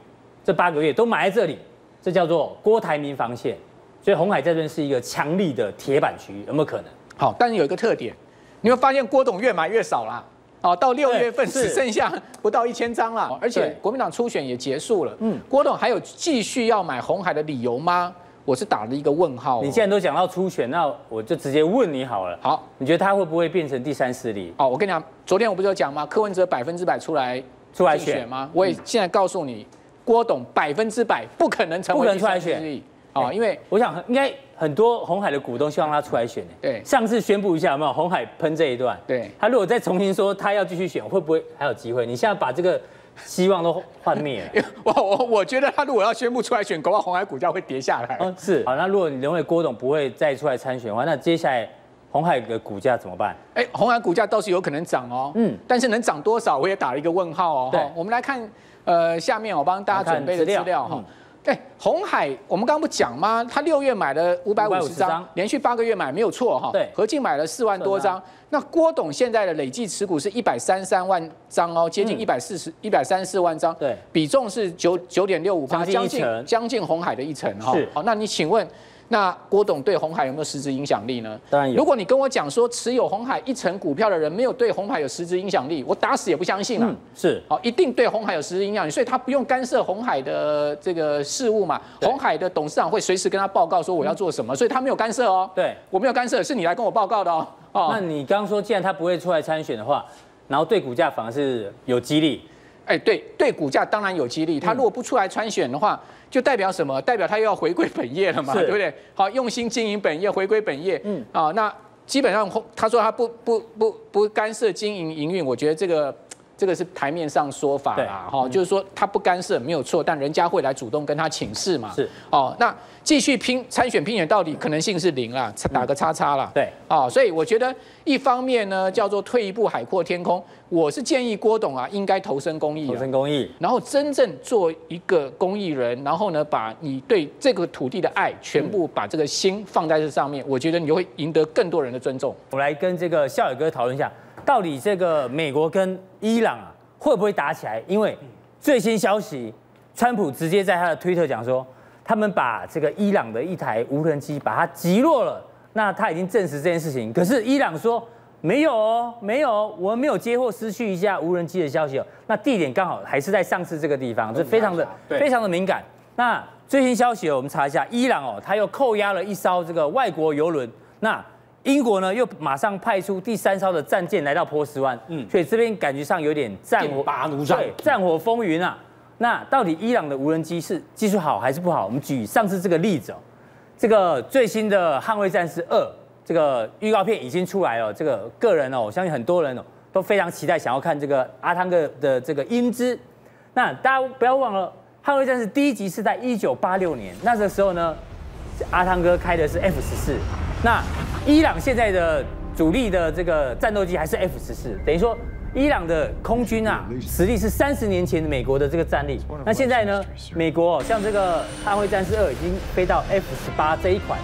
Speaker 1: 这八个月都买在这里，这叫做郭台铭防线。所以红海在这边是一个强力的铁板区域，有没有可能？
Speaker 7: 好，但是有一个特点，你会发现郭董越买越少啦。哦，到六月份
Speaker 1: 对是
Speaker 7: 只
Speaker 1: 哦
Speaker 7: 剩下不到一千张了，而且
Speaker 1: 对
Speaker 7: 国民党初选也结束了。
Speaker 1: 嗯
Speaker 7: 嗯，郭董还有继续要买红海的理由吗？我是打了一个问号哦、
Speaker 1: 你既然都讲到初选，那我就直接问你好了。
Speaker 7: 好
Speaker 1: 你觉得他会不会变成第三势力
Speaker 7: 哦，我跟你讲，昨天我不是有讲吗？柯文哲百分之百出来
Speaker 1: 出来
Speaker 7: 竞
Speaker 1: 选？
Speaker 7: 吗？我也现在告诉你，郭董百分之百不可能成
Speaker 1: 不
Speaker 7: 为
Speaker 1: 可能
Speaker 7: 第
Speaker 1: 出来
Speaker 7: 三
Speaker 1: 选
Speaker 7: 势力哦，因为
Speaker 1: 我想应该很多红海的股东希望他出来选呢。
Speaker 7: 对
Speaker 1: 上次宣布一下有没有红海喷这一段？
Speaker 7: 对
Speaker 1: 他如果再重新说他要继续选，会不会还有机会？你现在把这个希望都幻灭 了。
Speaker 7: 我我我觉得他如果要宣布出来选，恐怕红海股价会跌下来。
Speaker 1: 嗯，是。好，那如果你认为郭董不会再出来参选的话，那接下来红海的股价怎么办？
Speaker 7: 哎，红海股价倒是有可能涨哦，
Speaker 1: 嗯
Speaker 7: 嗯，但是能涨多少，我也打了一个问号哦。
Speaker 1: 对
Speaker 7: 哈我们来看，呃，下面我帮大家准备
Speaker 1: 来看
Speaker 7: 的
Speaker 1: 资料
Speaker 7: 资料哈
Speaker 1: 嗯。
Speaker 7: 哎，红海，我们刚刚不讲吗？他六月买了五百五
Speaker 1: 550
Speaker 7: 十张
Speaker 1: 张，
Speaker 7: 连续八个月买，没有错哈。
Speaker 1: 对啊
Speaker 7: 合计买了四万多
Speaker 1: 4万
Speaker 7: 张。那郭董现在的累计持股是一百三三万张哦，接近
Speaker 1: 嗯
Speaker 7: 一百四十、一百三四万张，
Speaker 1: 对
Speaker 7: 比重是九九点六五
Speaker 1: 将
Speaker 7: 八，
Speaker 1: 近一
Speaker 7: 将近
Speaker 1: 成
Speaker 7: 将近红海的一成哈
Speaker 1: 是。
Speaker 7: 好，那你请问，那郭董对红海有没有实质影响力呢？
Speaker 1: 当然有
Speaker 7: 如果你跟我讲说持有红海一成股票的人没有对红海有实质影响力，我打死也不相信啊。
Speaker 1: 嗯，是。
Speaker 7: 好，一定对红海有实质影响力，所以他不用干涉红海的这个事务嘛。
Speaker 1: 对嗯
Speaker 7: 红海的董事长会随时跟他报告说我要做什么，所以他没有干涉哦。
Speaker 1: 对
Speaker 7: 我没有干涉，是你来跟我报告的哦。哦，
Speaker 1: 那你刚说，既然他不会出来参选的话，然后对股价反而是有激励，
Speaker 7: 哎，对对，股价当然有激励。他
Speaker 1: 嗯
Speaker 7: 如果不出来参选的话，就代表什么？代表他又要回归本业了嘛，
Speaker 1: 是
Speaker 7: 对不对？好，用心经营本业，回归本业。嗯，啊，那基本上他说他不不不不干涉经营营运，我觉得这个。这个是台面上说法啦，
Speaker 1: 对嗯
Speaker 7: 哈、就是说他不干涉没有错，但人家会来主动跟他请示嘛。
Speaker 1: 是，
Speaker 7: 哦，那继续拼参选拼选到底可能性是零啦，打个叉叉啦。
Speaker 1: 嗯对，
Speaker 7: 哦，所以我觉得一方面呢叫做退一步海阔天空，我是建议郭董啊应该投身公益、
Speaker 1: 投
Speaker 7: 啊
Speaker 1: 身。公益，
Speaker 7: 然后真正做一个公益人，然后呢，把你对这个土地的爱全部把这个心放在这上面，我觉得你就会赢得更多人的尊重。
Speaker 1: 我来跟这个笑友哥讨论一下，到底这个美国跟伊朗啊会不会打起来？因为最新消息，川普直接在他的推特讲说，他们把这个伊朗的一台无人机把它击落了。那他已经证实这件事情，可是伊朗说没有哦，没有哦，我们没有接获失去一架无人机的消息哦。那地点刚好还是在上次这个地方，这非常的
Speaker 7: 嗯对
Speaker 1: 非常的敏感。那最新消息哦，我们查一下，伊朗哦，他又扣押了一艘这个外国游轮。那英国呢，又马上派出第三艘的战舰来到波斯湾，嗯，所以这边感觉上有点战火
Speaker 5: 剑拔弩张
Speaker 1: 对，战火风云啊。那到底伊朗的无人机是技术好还是不好？我们举上次这个例子哦，这个最新的《捍卫战士二》这个预告片已经出来了，这个个人哦，我相信很多人哦都非常期待想要看这个阿汤哥的这个英姿。那大家不要忘了，《捍卫战士》第一集是在一九八六年，那个时候呢，阿汤哥开的是 F 十四，那伊朗现在的主力的这个战斗机还是 F 十四，等于说伊朗的空军啊实力是三十年前美国的这个战力。那现在呢，美国、哦、像这个《捍卫战士二》已经飞到 F 十八这一款，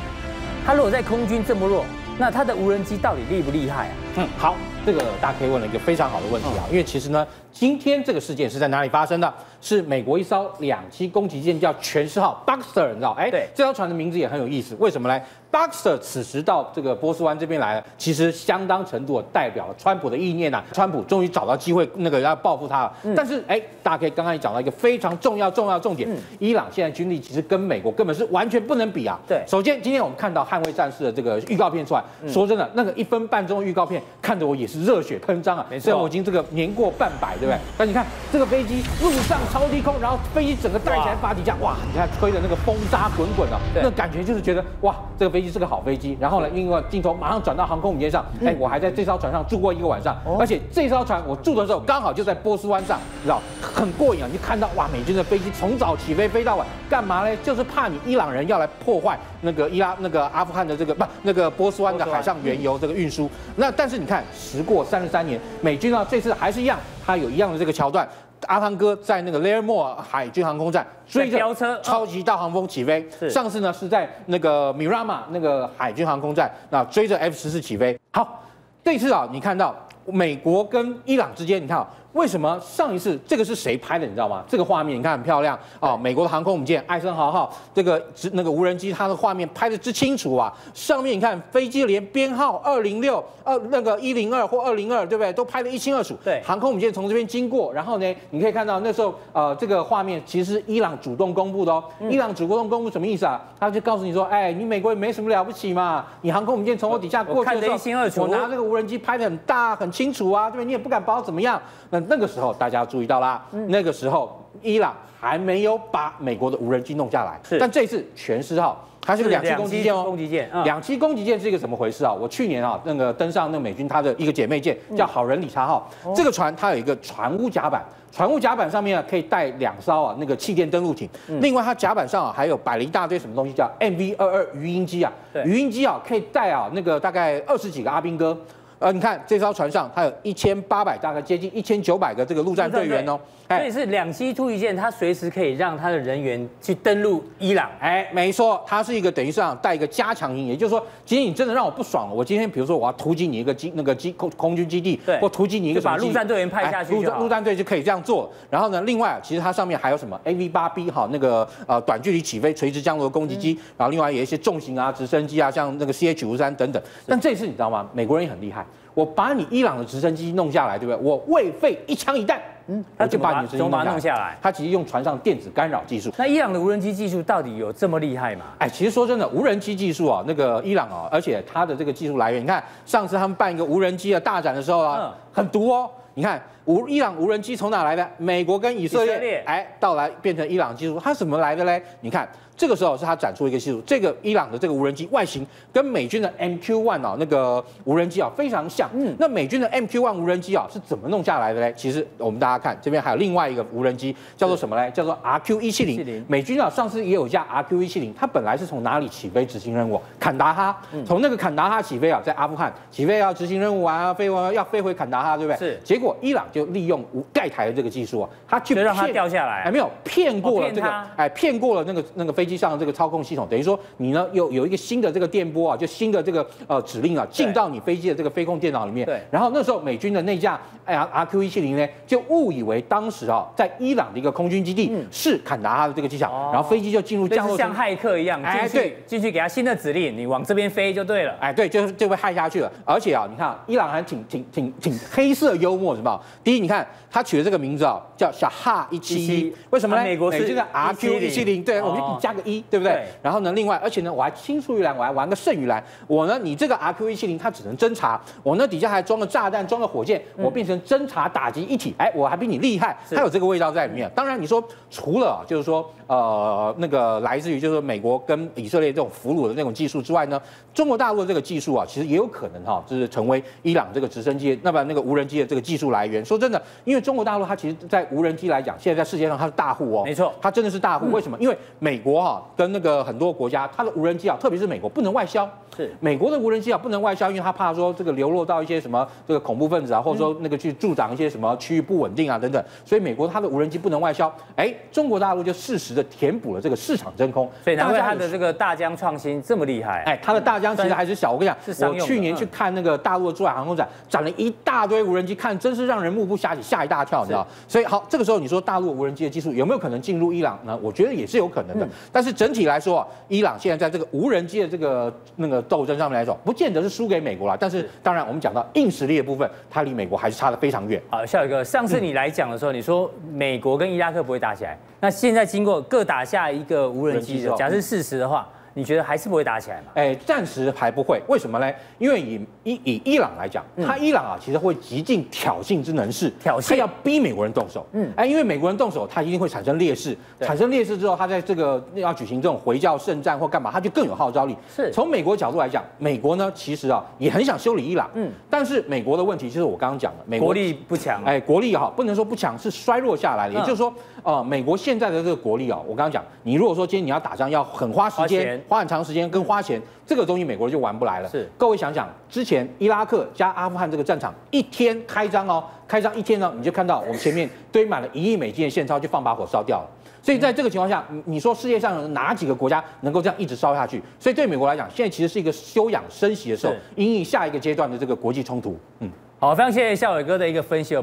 Speaker 1: 它如果在空军这么弱，那它的无人机到底厉不厉害啊？
Speaker 8: 嗯，好，这个大家可以问了一个非常好的问题
Speaker 1: 嗯
Speaker 8: 啊，因为其实呢，今天这个事件是在哪里发生的？是美国一艘两栖攻击舰叫全狮号 Boxer，你知道？哎，
Speaker 1: 对
Speaker 8: 这艘船的名字也很有意思，为什么呢？Boxer 此时到这个波斯湾这边来了，其实相当程度地代表了川普的意念呐、川普终于找到机会，那个要报复他了。
Speaker 1: 嗯
Speaker 8: 但是哎，大家可以刚刚也讲到一个非常重要重要重
Speaker 1: 嗯
Speaker 8: 点，伊朗现在军力其实跟美国根本是完全不能比啊。
Speaker 1: 对
Speaker 8: 首先，今天我们看到《捍卫战士》的这个预告片出来，说真的，那个一分半钟的预告片看着我也是热血喷张啊。
Speaker 1: 没错嗯
Speaker 8: 虽然我已经这个年过半百，对不对？但你看这个飞机陆上超低空，然后飞机整个带起来把底下，哇，你看吹的那个风沙滚滚啊，
Speaker 1: 对
Speaker 8: 那感觉就是觉得哇，这个飞机是个好飞机。然后呢，因为镜头马上转到航空母舰上，哎，我还在这艘船上住过一个晚上，而且这艘船我住的时候刚好就在波斯湾上，你知道，很过瘾啊！你就看到哇，美军的飞机从早起飞飞到晚，干嘛呢？就是怕你伊朗人要来破坏那个伊拉那个阿富汗的这个不那个波斯湾的海上原油这个运输。那但是你看，时过三十三年，美军啊这次还是一样，它有一样的这个桥段。阿汤哥在那个雷尔莫尔海军航空站追
Speaker 1: 在
Speaker 8: 着
Speaker 1: 飙车
Speaker 8: 超级大黄蜂起飞
Speaker 1: 是，
Speaker 8: 上次呢是在那个米拉玛那个海军航空站，那追着 F 十四起飞。好，这次啊，你看到美国跟伊朗之间，你看、啊、为什么上一次这个是谁拍的？你知道吗？这个画面你看很漂亮啊，美国的航空母舰艾森豪号这个直那个无人机，它的画面拍的之清楚啊，上面你看飞机连编号二零六二那个一零二或二零二，对不对？都拍得一清二楚。
Speaker 1: 对
Speaker 8: 航空母舰从这边经过，然后呢，你可以看到那时候呃这个画面其实是伊朗主动公布的哦。伊朗主动公布什么意思啊？他就告诉你说，哎，你美国也没什么了不起嘛，你航空母舰从我底下
Speaker 1: 我
Speaker 8: 过去
Speaker 1: 看
Speaker 8: 的
Speaker 1: 得
Speaker 8: 时候，
Speaker 1: 一清二楚
Speaker 8: 我拿这个无人机拍得很大很清楚啊，对不对？你也不敢把我怎么样。那那个时候大家要注意到啦，那个时候伊朗还没有把美国的无人机弄下来，
Speaker 9: 是
Speaker 8: 但这一次全失号，它是个两栖攻击舰哦，
Speaker 9: 攻击舰嗯
Speaker 8: 两栖攻击舰是一个什么回事啊？我去年啊，那个登上那个美军它的一个姐妹舰叫好人理查号，这个船它有一个船坞甲板，船坞甲板上面啊可以带两艘啊那个气垫登陆艇，另外它甲板上啊还有摆了一大堆什么东西叫 MV 二二鱼鹰机啊
Speaker 9: 对，
Speaker 8: 鱼鹰机啊可以带啊那个大概二十几个阿兵哥。呃，你看这艘船上，它有一千八百，大概接近一千九百个这个陆战队员哦。
Speaker 9: 所以是两栖突击舰，它随时可以让它的人员去登陆伊朗。
Speaker 8: 哎，没错，它是一个等于是啊带一个加强营，也就是说，今天你真的让我不爽了，我今天比如说我要突击你一个基那个基空空军基地
Speaker 9: 对，
Speaker 8: 或突击你一个
Speaker 9: 就把
Speaker 8: 什么基地
Speaker 9: 陆战队员派下去
Speaker 8: 哎陆
Speaker 9: 就好
Speaker 8: 战陆战队就可以这样做。然后呢，另外啊其实它上面还有什么 AV 八 B 哈那个呃短距离起飞垂直降落的攻击
Speaker 9: 嗯
Speaker 8: 机，然后另外有一些重型啊直升机啊，像那个 CH 五三等等。但这次你知道吗？美国人也很厉害，我把你伊朗的直升机弄下来，对不对？我未费一枪一弹。嗯，
Speaker 9: 他
Speaker 8: 我就
Speaker 9: 怎么把
Speaker 8: 把你的直升
Speaker 9: 怎么
Speaker 8: 机
Speaker 9: 把它弄下来
Speaker 8: 他其实用船上电子干扰技术，
Speaker 9: 那伊朗的无人机技术到底有这么厉害吗？
Speaker 8: 哎，其实说真的，无人机技术啊，那个伊朗啊，而且它的这个技术来源，你看上次他们办一个无人机的大展的时候
Speaker 9: 嗯
Speaker 8: 啊，很毒哦。你看无伊朗无人机从哪来的？美国跟以色列，
Speaker 9: 以色列
Speaker 8: 哎，到来变成伊朗技术，它怎么来的嘞？你看这个时候是它展出一个技术，这个伊朗的这个无人机外形跟美军的 MQ-1 啊那个无人机啊非常像。嗯，那美军的 MQ-1 无人机啊是怎么弄下来的嘞？其实我们大家看这边还有另外一个无人机叫做什么嘞？叫做 RQ 1 7 0
Speaker 9: 170
Speaker 8: 美军啊，上次也有一架 RQ 1 7 0它本来是从哪里起飞执行任务？啊坎达哈，从那个坎达哈起飞啊，在阿富汗起飞要执行任务啊，飞完要飞回坎达哈，对不对？
Speaker 9: 是
Speaker 8: 结果伊朗就利用无盖台的这个技术啊，他去
Speaker 9: 就让它
Speaker 8: 骗
Speaker 9: 掉下
Speaker 1: 啊
Speaker 9: 来
Speaker 8: 哎，没有骗过
Speaker 9: 哦
Speaker 8: 了
Speaker 9: 骗
Speaker 8: 这个
Speaker 9: 它，
Speaker 8: 哎，骗过了那个那个飞机上的这个操控系统，等于说你呢有有一个新的这个电波啊，就新的这个呃指令啊，进到你飞机的这个飞控电脑里面。
Speaker 9: 对
Speaker 8: 然后那时候美军的那架 R R Q 一七零呢，就误以为当时啊在伊朗的一个空军基地是坎达哈的这个机场，然后飞机就进入
Speaker 9: 嗯哦类
Speaker 8: 降
Speaker 9: 似
Speaker 8: 落
Speaker 9: 像
Speaker 8: 舱。
Speaker 9: 骇客一样进
Speaker 8: 哎
Speaker 9: 去
Speaker 8: 对，
Speaker 9: 进去给他新的指令，你往这边飞就对了。
Speaker 8: 哎，对，就是就被害下去了。而且啊，你看伊朗还挺挺挺挺黑色幽默，是吧？第一，你看他取的这个名字啊，叫小哈一七
Speaker 9: 171
Speaker 8: 一，为什么
Speaker 9: 啊
Speaker 8: 呢？哎
Speaker 9: 美国是
Speaker 8: 这个 RQ 一七
Speaker 9: 170
Speaker 8: 零，对，我们
Speaker 9: 哦
Speaker 8: 就加个一，对不对
Speaker 9: 对？
Speaker 8: 然后呢，另外，而且呢，我还青出于蓝，我还玩个剩鱼蓝。我呢，你这个 RQ 一七零它只能侦察，我呢底下还装了炸弹，装了火箭，我变成侦察打击一体。哎，我还比你厉害，
Speaker 9: 嗯是
Speaker 8: 它有这个味道在里面。当然，你说除了啊就是说呃那个来自于就是美国跟以色列这种俘虏的那种技术之外呢，中国大陆的这个技术啊，其实也有可能哈、就是成为伊朗这个直升机那么那个无人机的这个技术来源。说真的，因为中国大陆它其实，在无人机来讲，现在在世界上它是大户哦，
Speaker 9: 没错
Speaker 8: 它真的是大户。
Speaker 9: 嗯
Speaker 8: 为什么？因为美国哈、跟那个很多国家，它的无人机啊，特别是美国不能外销。
Speaker 9: 是
Speaker 8: 美国的无人机啊不能外销，因为他怕说这个流落到一些什么这个恐怖分子啊，或者说那个去助长一些什么区域不稳定啊等等，所以美国它的无人机不能外销。哎，中国大陆就适时的填补了这个市场真空，
Speaker 9: 所以难怪
Speaker 8: 大家
Speaker 9: 它
Speaker 8: 有
Speaker 9: 的这个大疆创新这么厉害。
Speaker 8: 哎，它的大疆其实还是小。我跟
Speaker 9: 是
Speaker 8: 你
Speaker 9: 商
Speaker 8: 讲，
Speaker 9: 用的嗯
Speaker 8: 我去年去看那个大陆的珠海航空展，展了一大堆无人机，看真是让人目不暇接，吓一大跳，你知道？所以好，这个时候你说大陆无人机的技术有没有可能进入伊朗呢？我觉得也是有可能
Speaker 9: 嗯
Speaker 8: 的。但是整体来说啊，伊朗现在在这个无人机的这个那个斗争上面来说，不见得是输给美国了。但是当然，我们讲到硬实力的部分，它离美国还是差得非常远。
Speaker 9: 好，笑宇哥，上
Speaker 8: 嗯
Speaker 9: 次你来讲的时候，你说美国跟伊拉克不会打起来，那现在经过各打下一个无人机
Speaker 8: 无人机之
Speaker 9: 的，
Speaker 8: 后
Speaker 9: 假设是事实的话，你觉得还是不会打起来吗？
Speaker 8: 哎，暂时还不会，为什么呢？因为以以以伊朗来讲，他伊朗啊，其实会极尽挑衅之能事，
Speaker 9: 嗯挑衅
Speaker 8: 他要逼美国人动手。嗯，哎，因为美国人动手，他一定会产生劣势，产生劣势之后，他在这个嗯要举行这种回教圣战或干嘛，他就更有号召力。
Speaker 9: 是
Speaker 8: 从美国角度来讲，美国呢其实啊也很想修理伊朗，嗯，但是美国的问题就是我刚刚讲的，美
Speaker 9: 国
Speaker 8: 国
Speaker 9: 力不强，啊嗯
Speaker 8: 哎，国力哈不能说不强，是衰弱下来的。也就是说，呃，美国现在的这个国力啊，我刚刚讲，你如果说今天你要打仗，要很花时
Speaker 9: 花
Speaker 8: 间
Speaker 9: 钱、嗯
Speaker 8: 花很长时间跟花钱，这个东西美国就玩不来了。
Speaker 9: 是，
Speaker 8: 各位想想，之前伊拉克加阿富汗这个战场，一天开张哦，开张一天呢，你就看到我们前面堆满了一亿美金的现钞，就放把火烧掉了。所以在这个情况下，你你说世界上有哪几个国家能够这样一直烧下去？所以对美国来讲，现在其实是一个休养生息的时候
Speaker 9: 是，
Speaker 8: 因应下一个阶段的这个国际冲突。嗯。
Speaker 9: 好，非常谢谢孝伟哥的一个分析哦。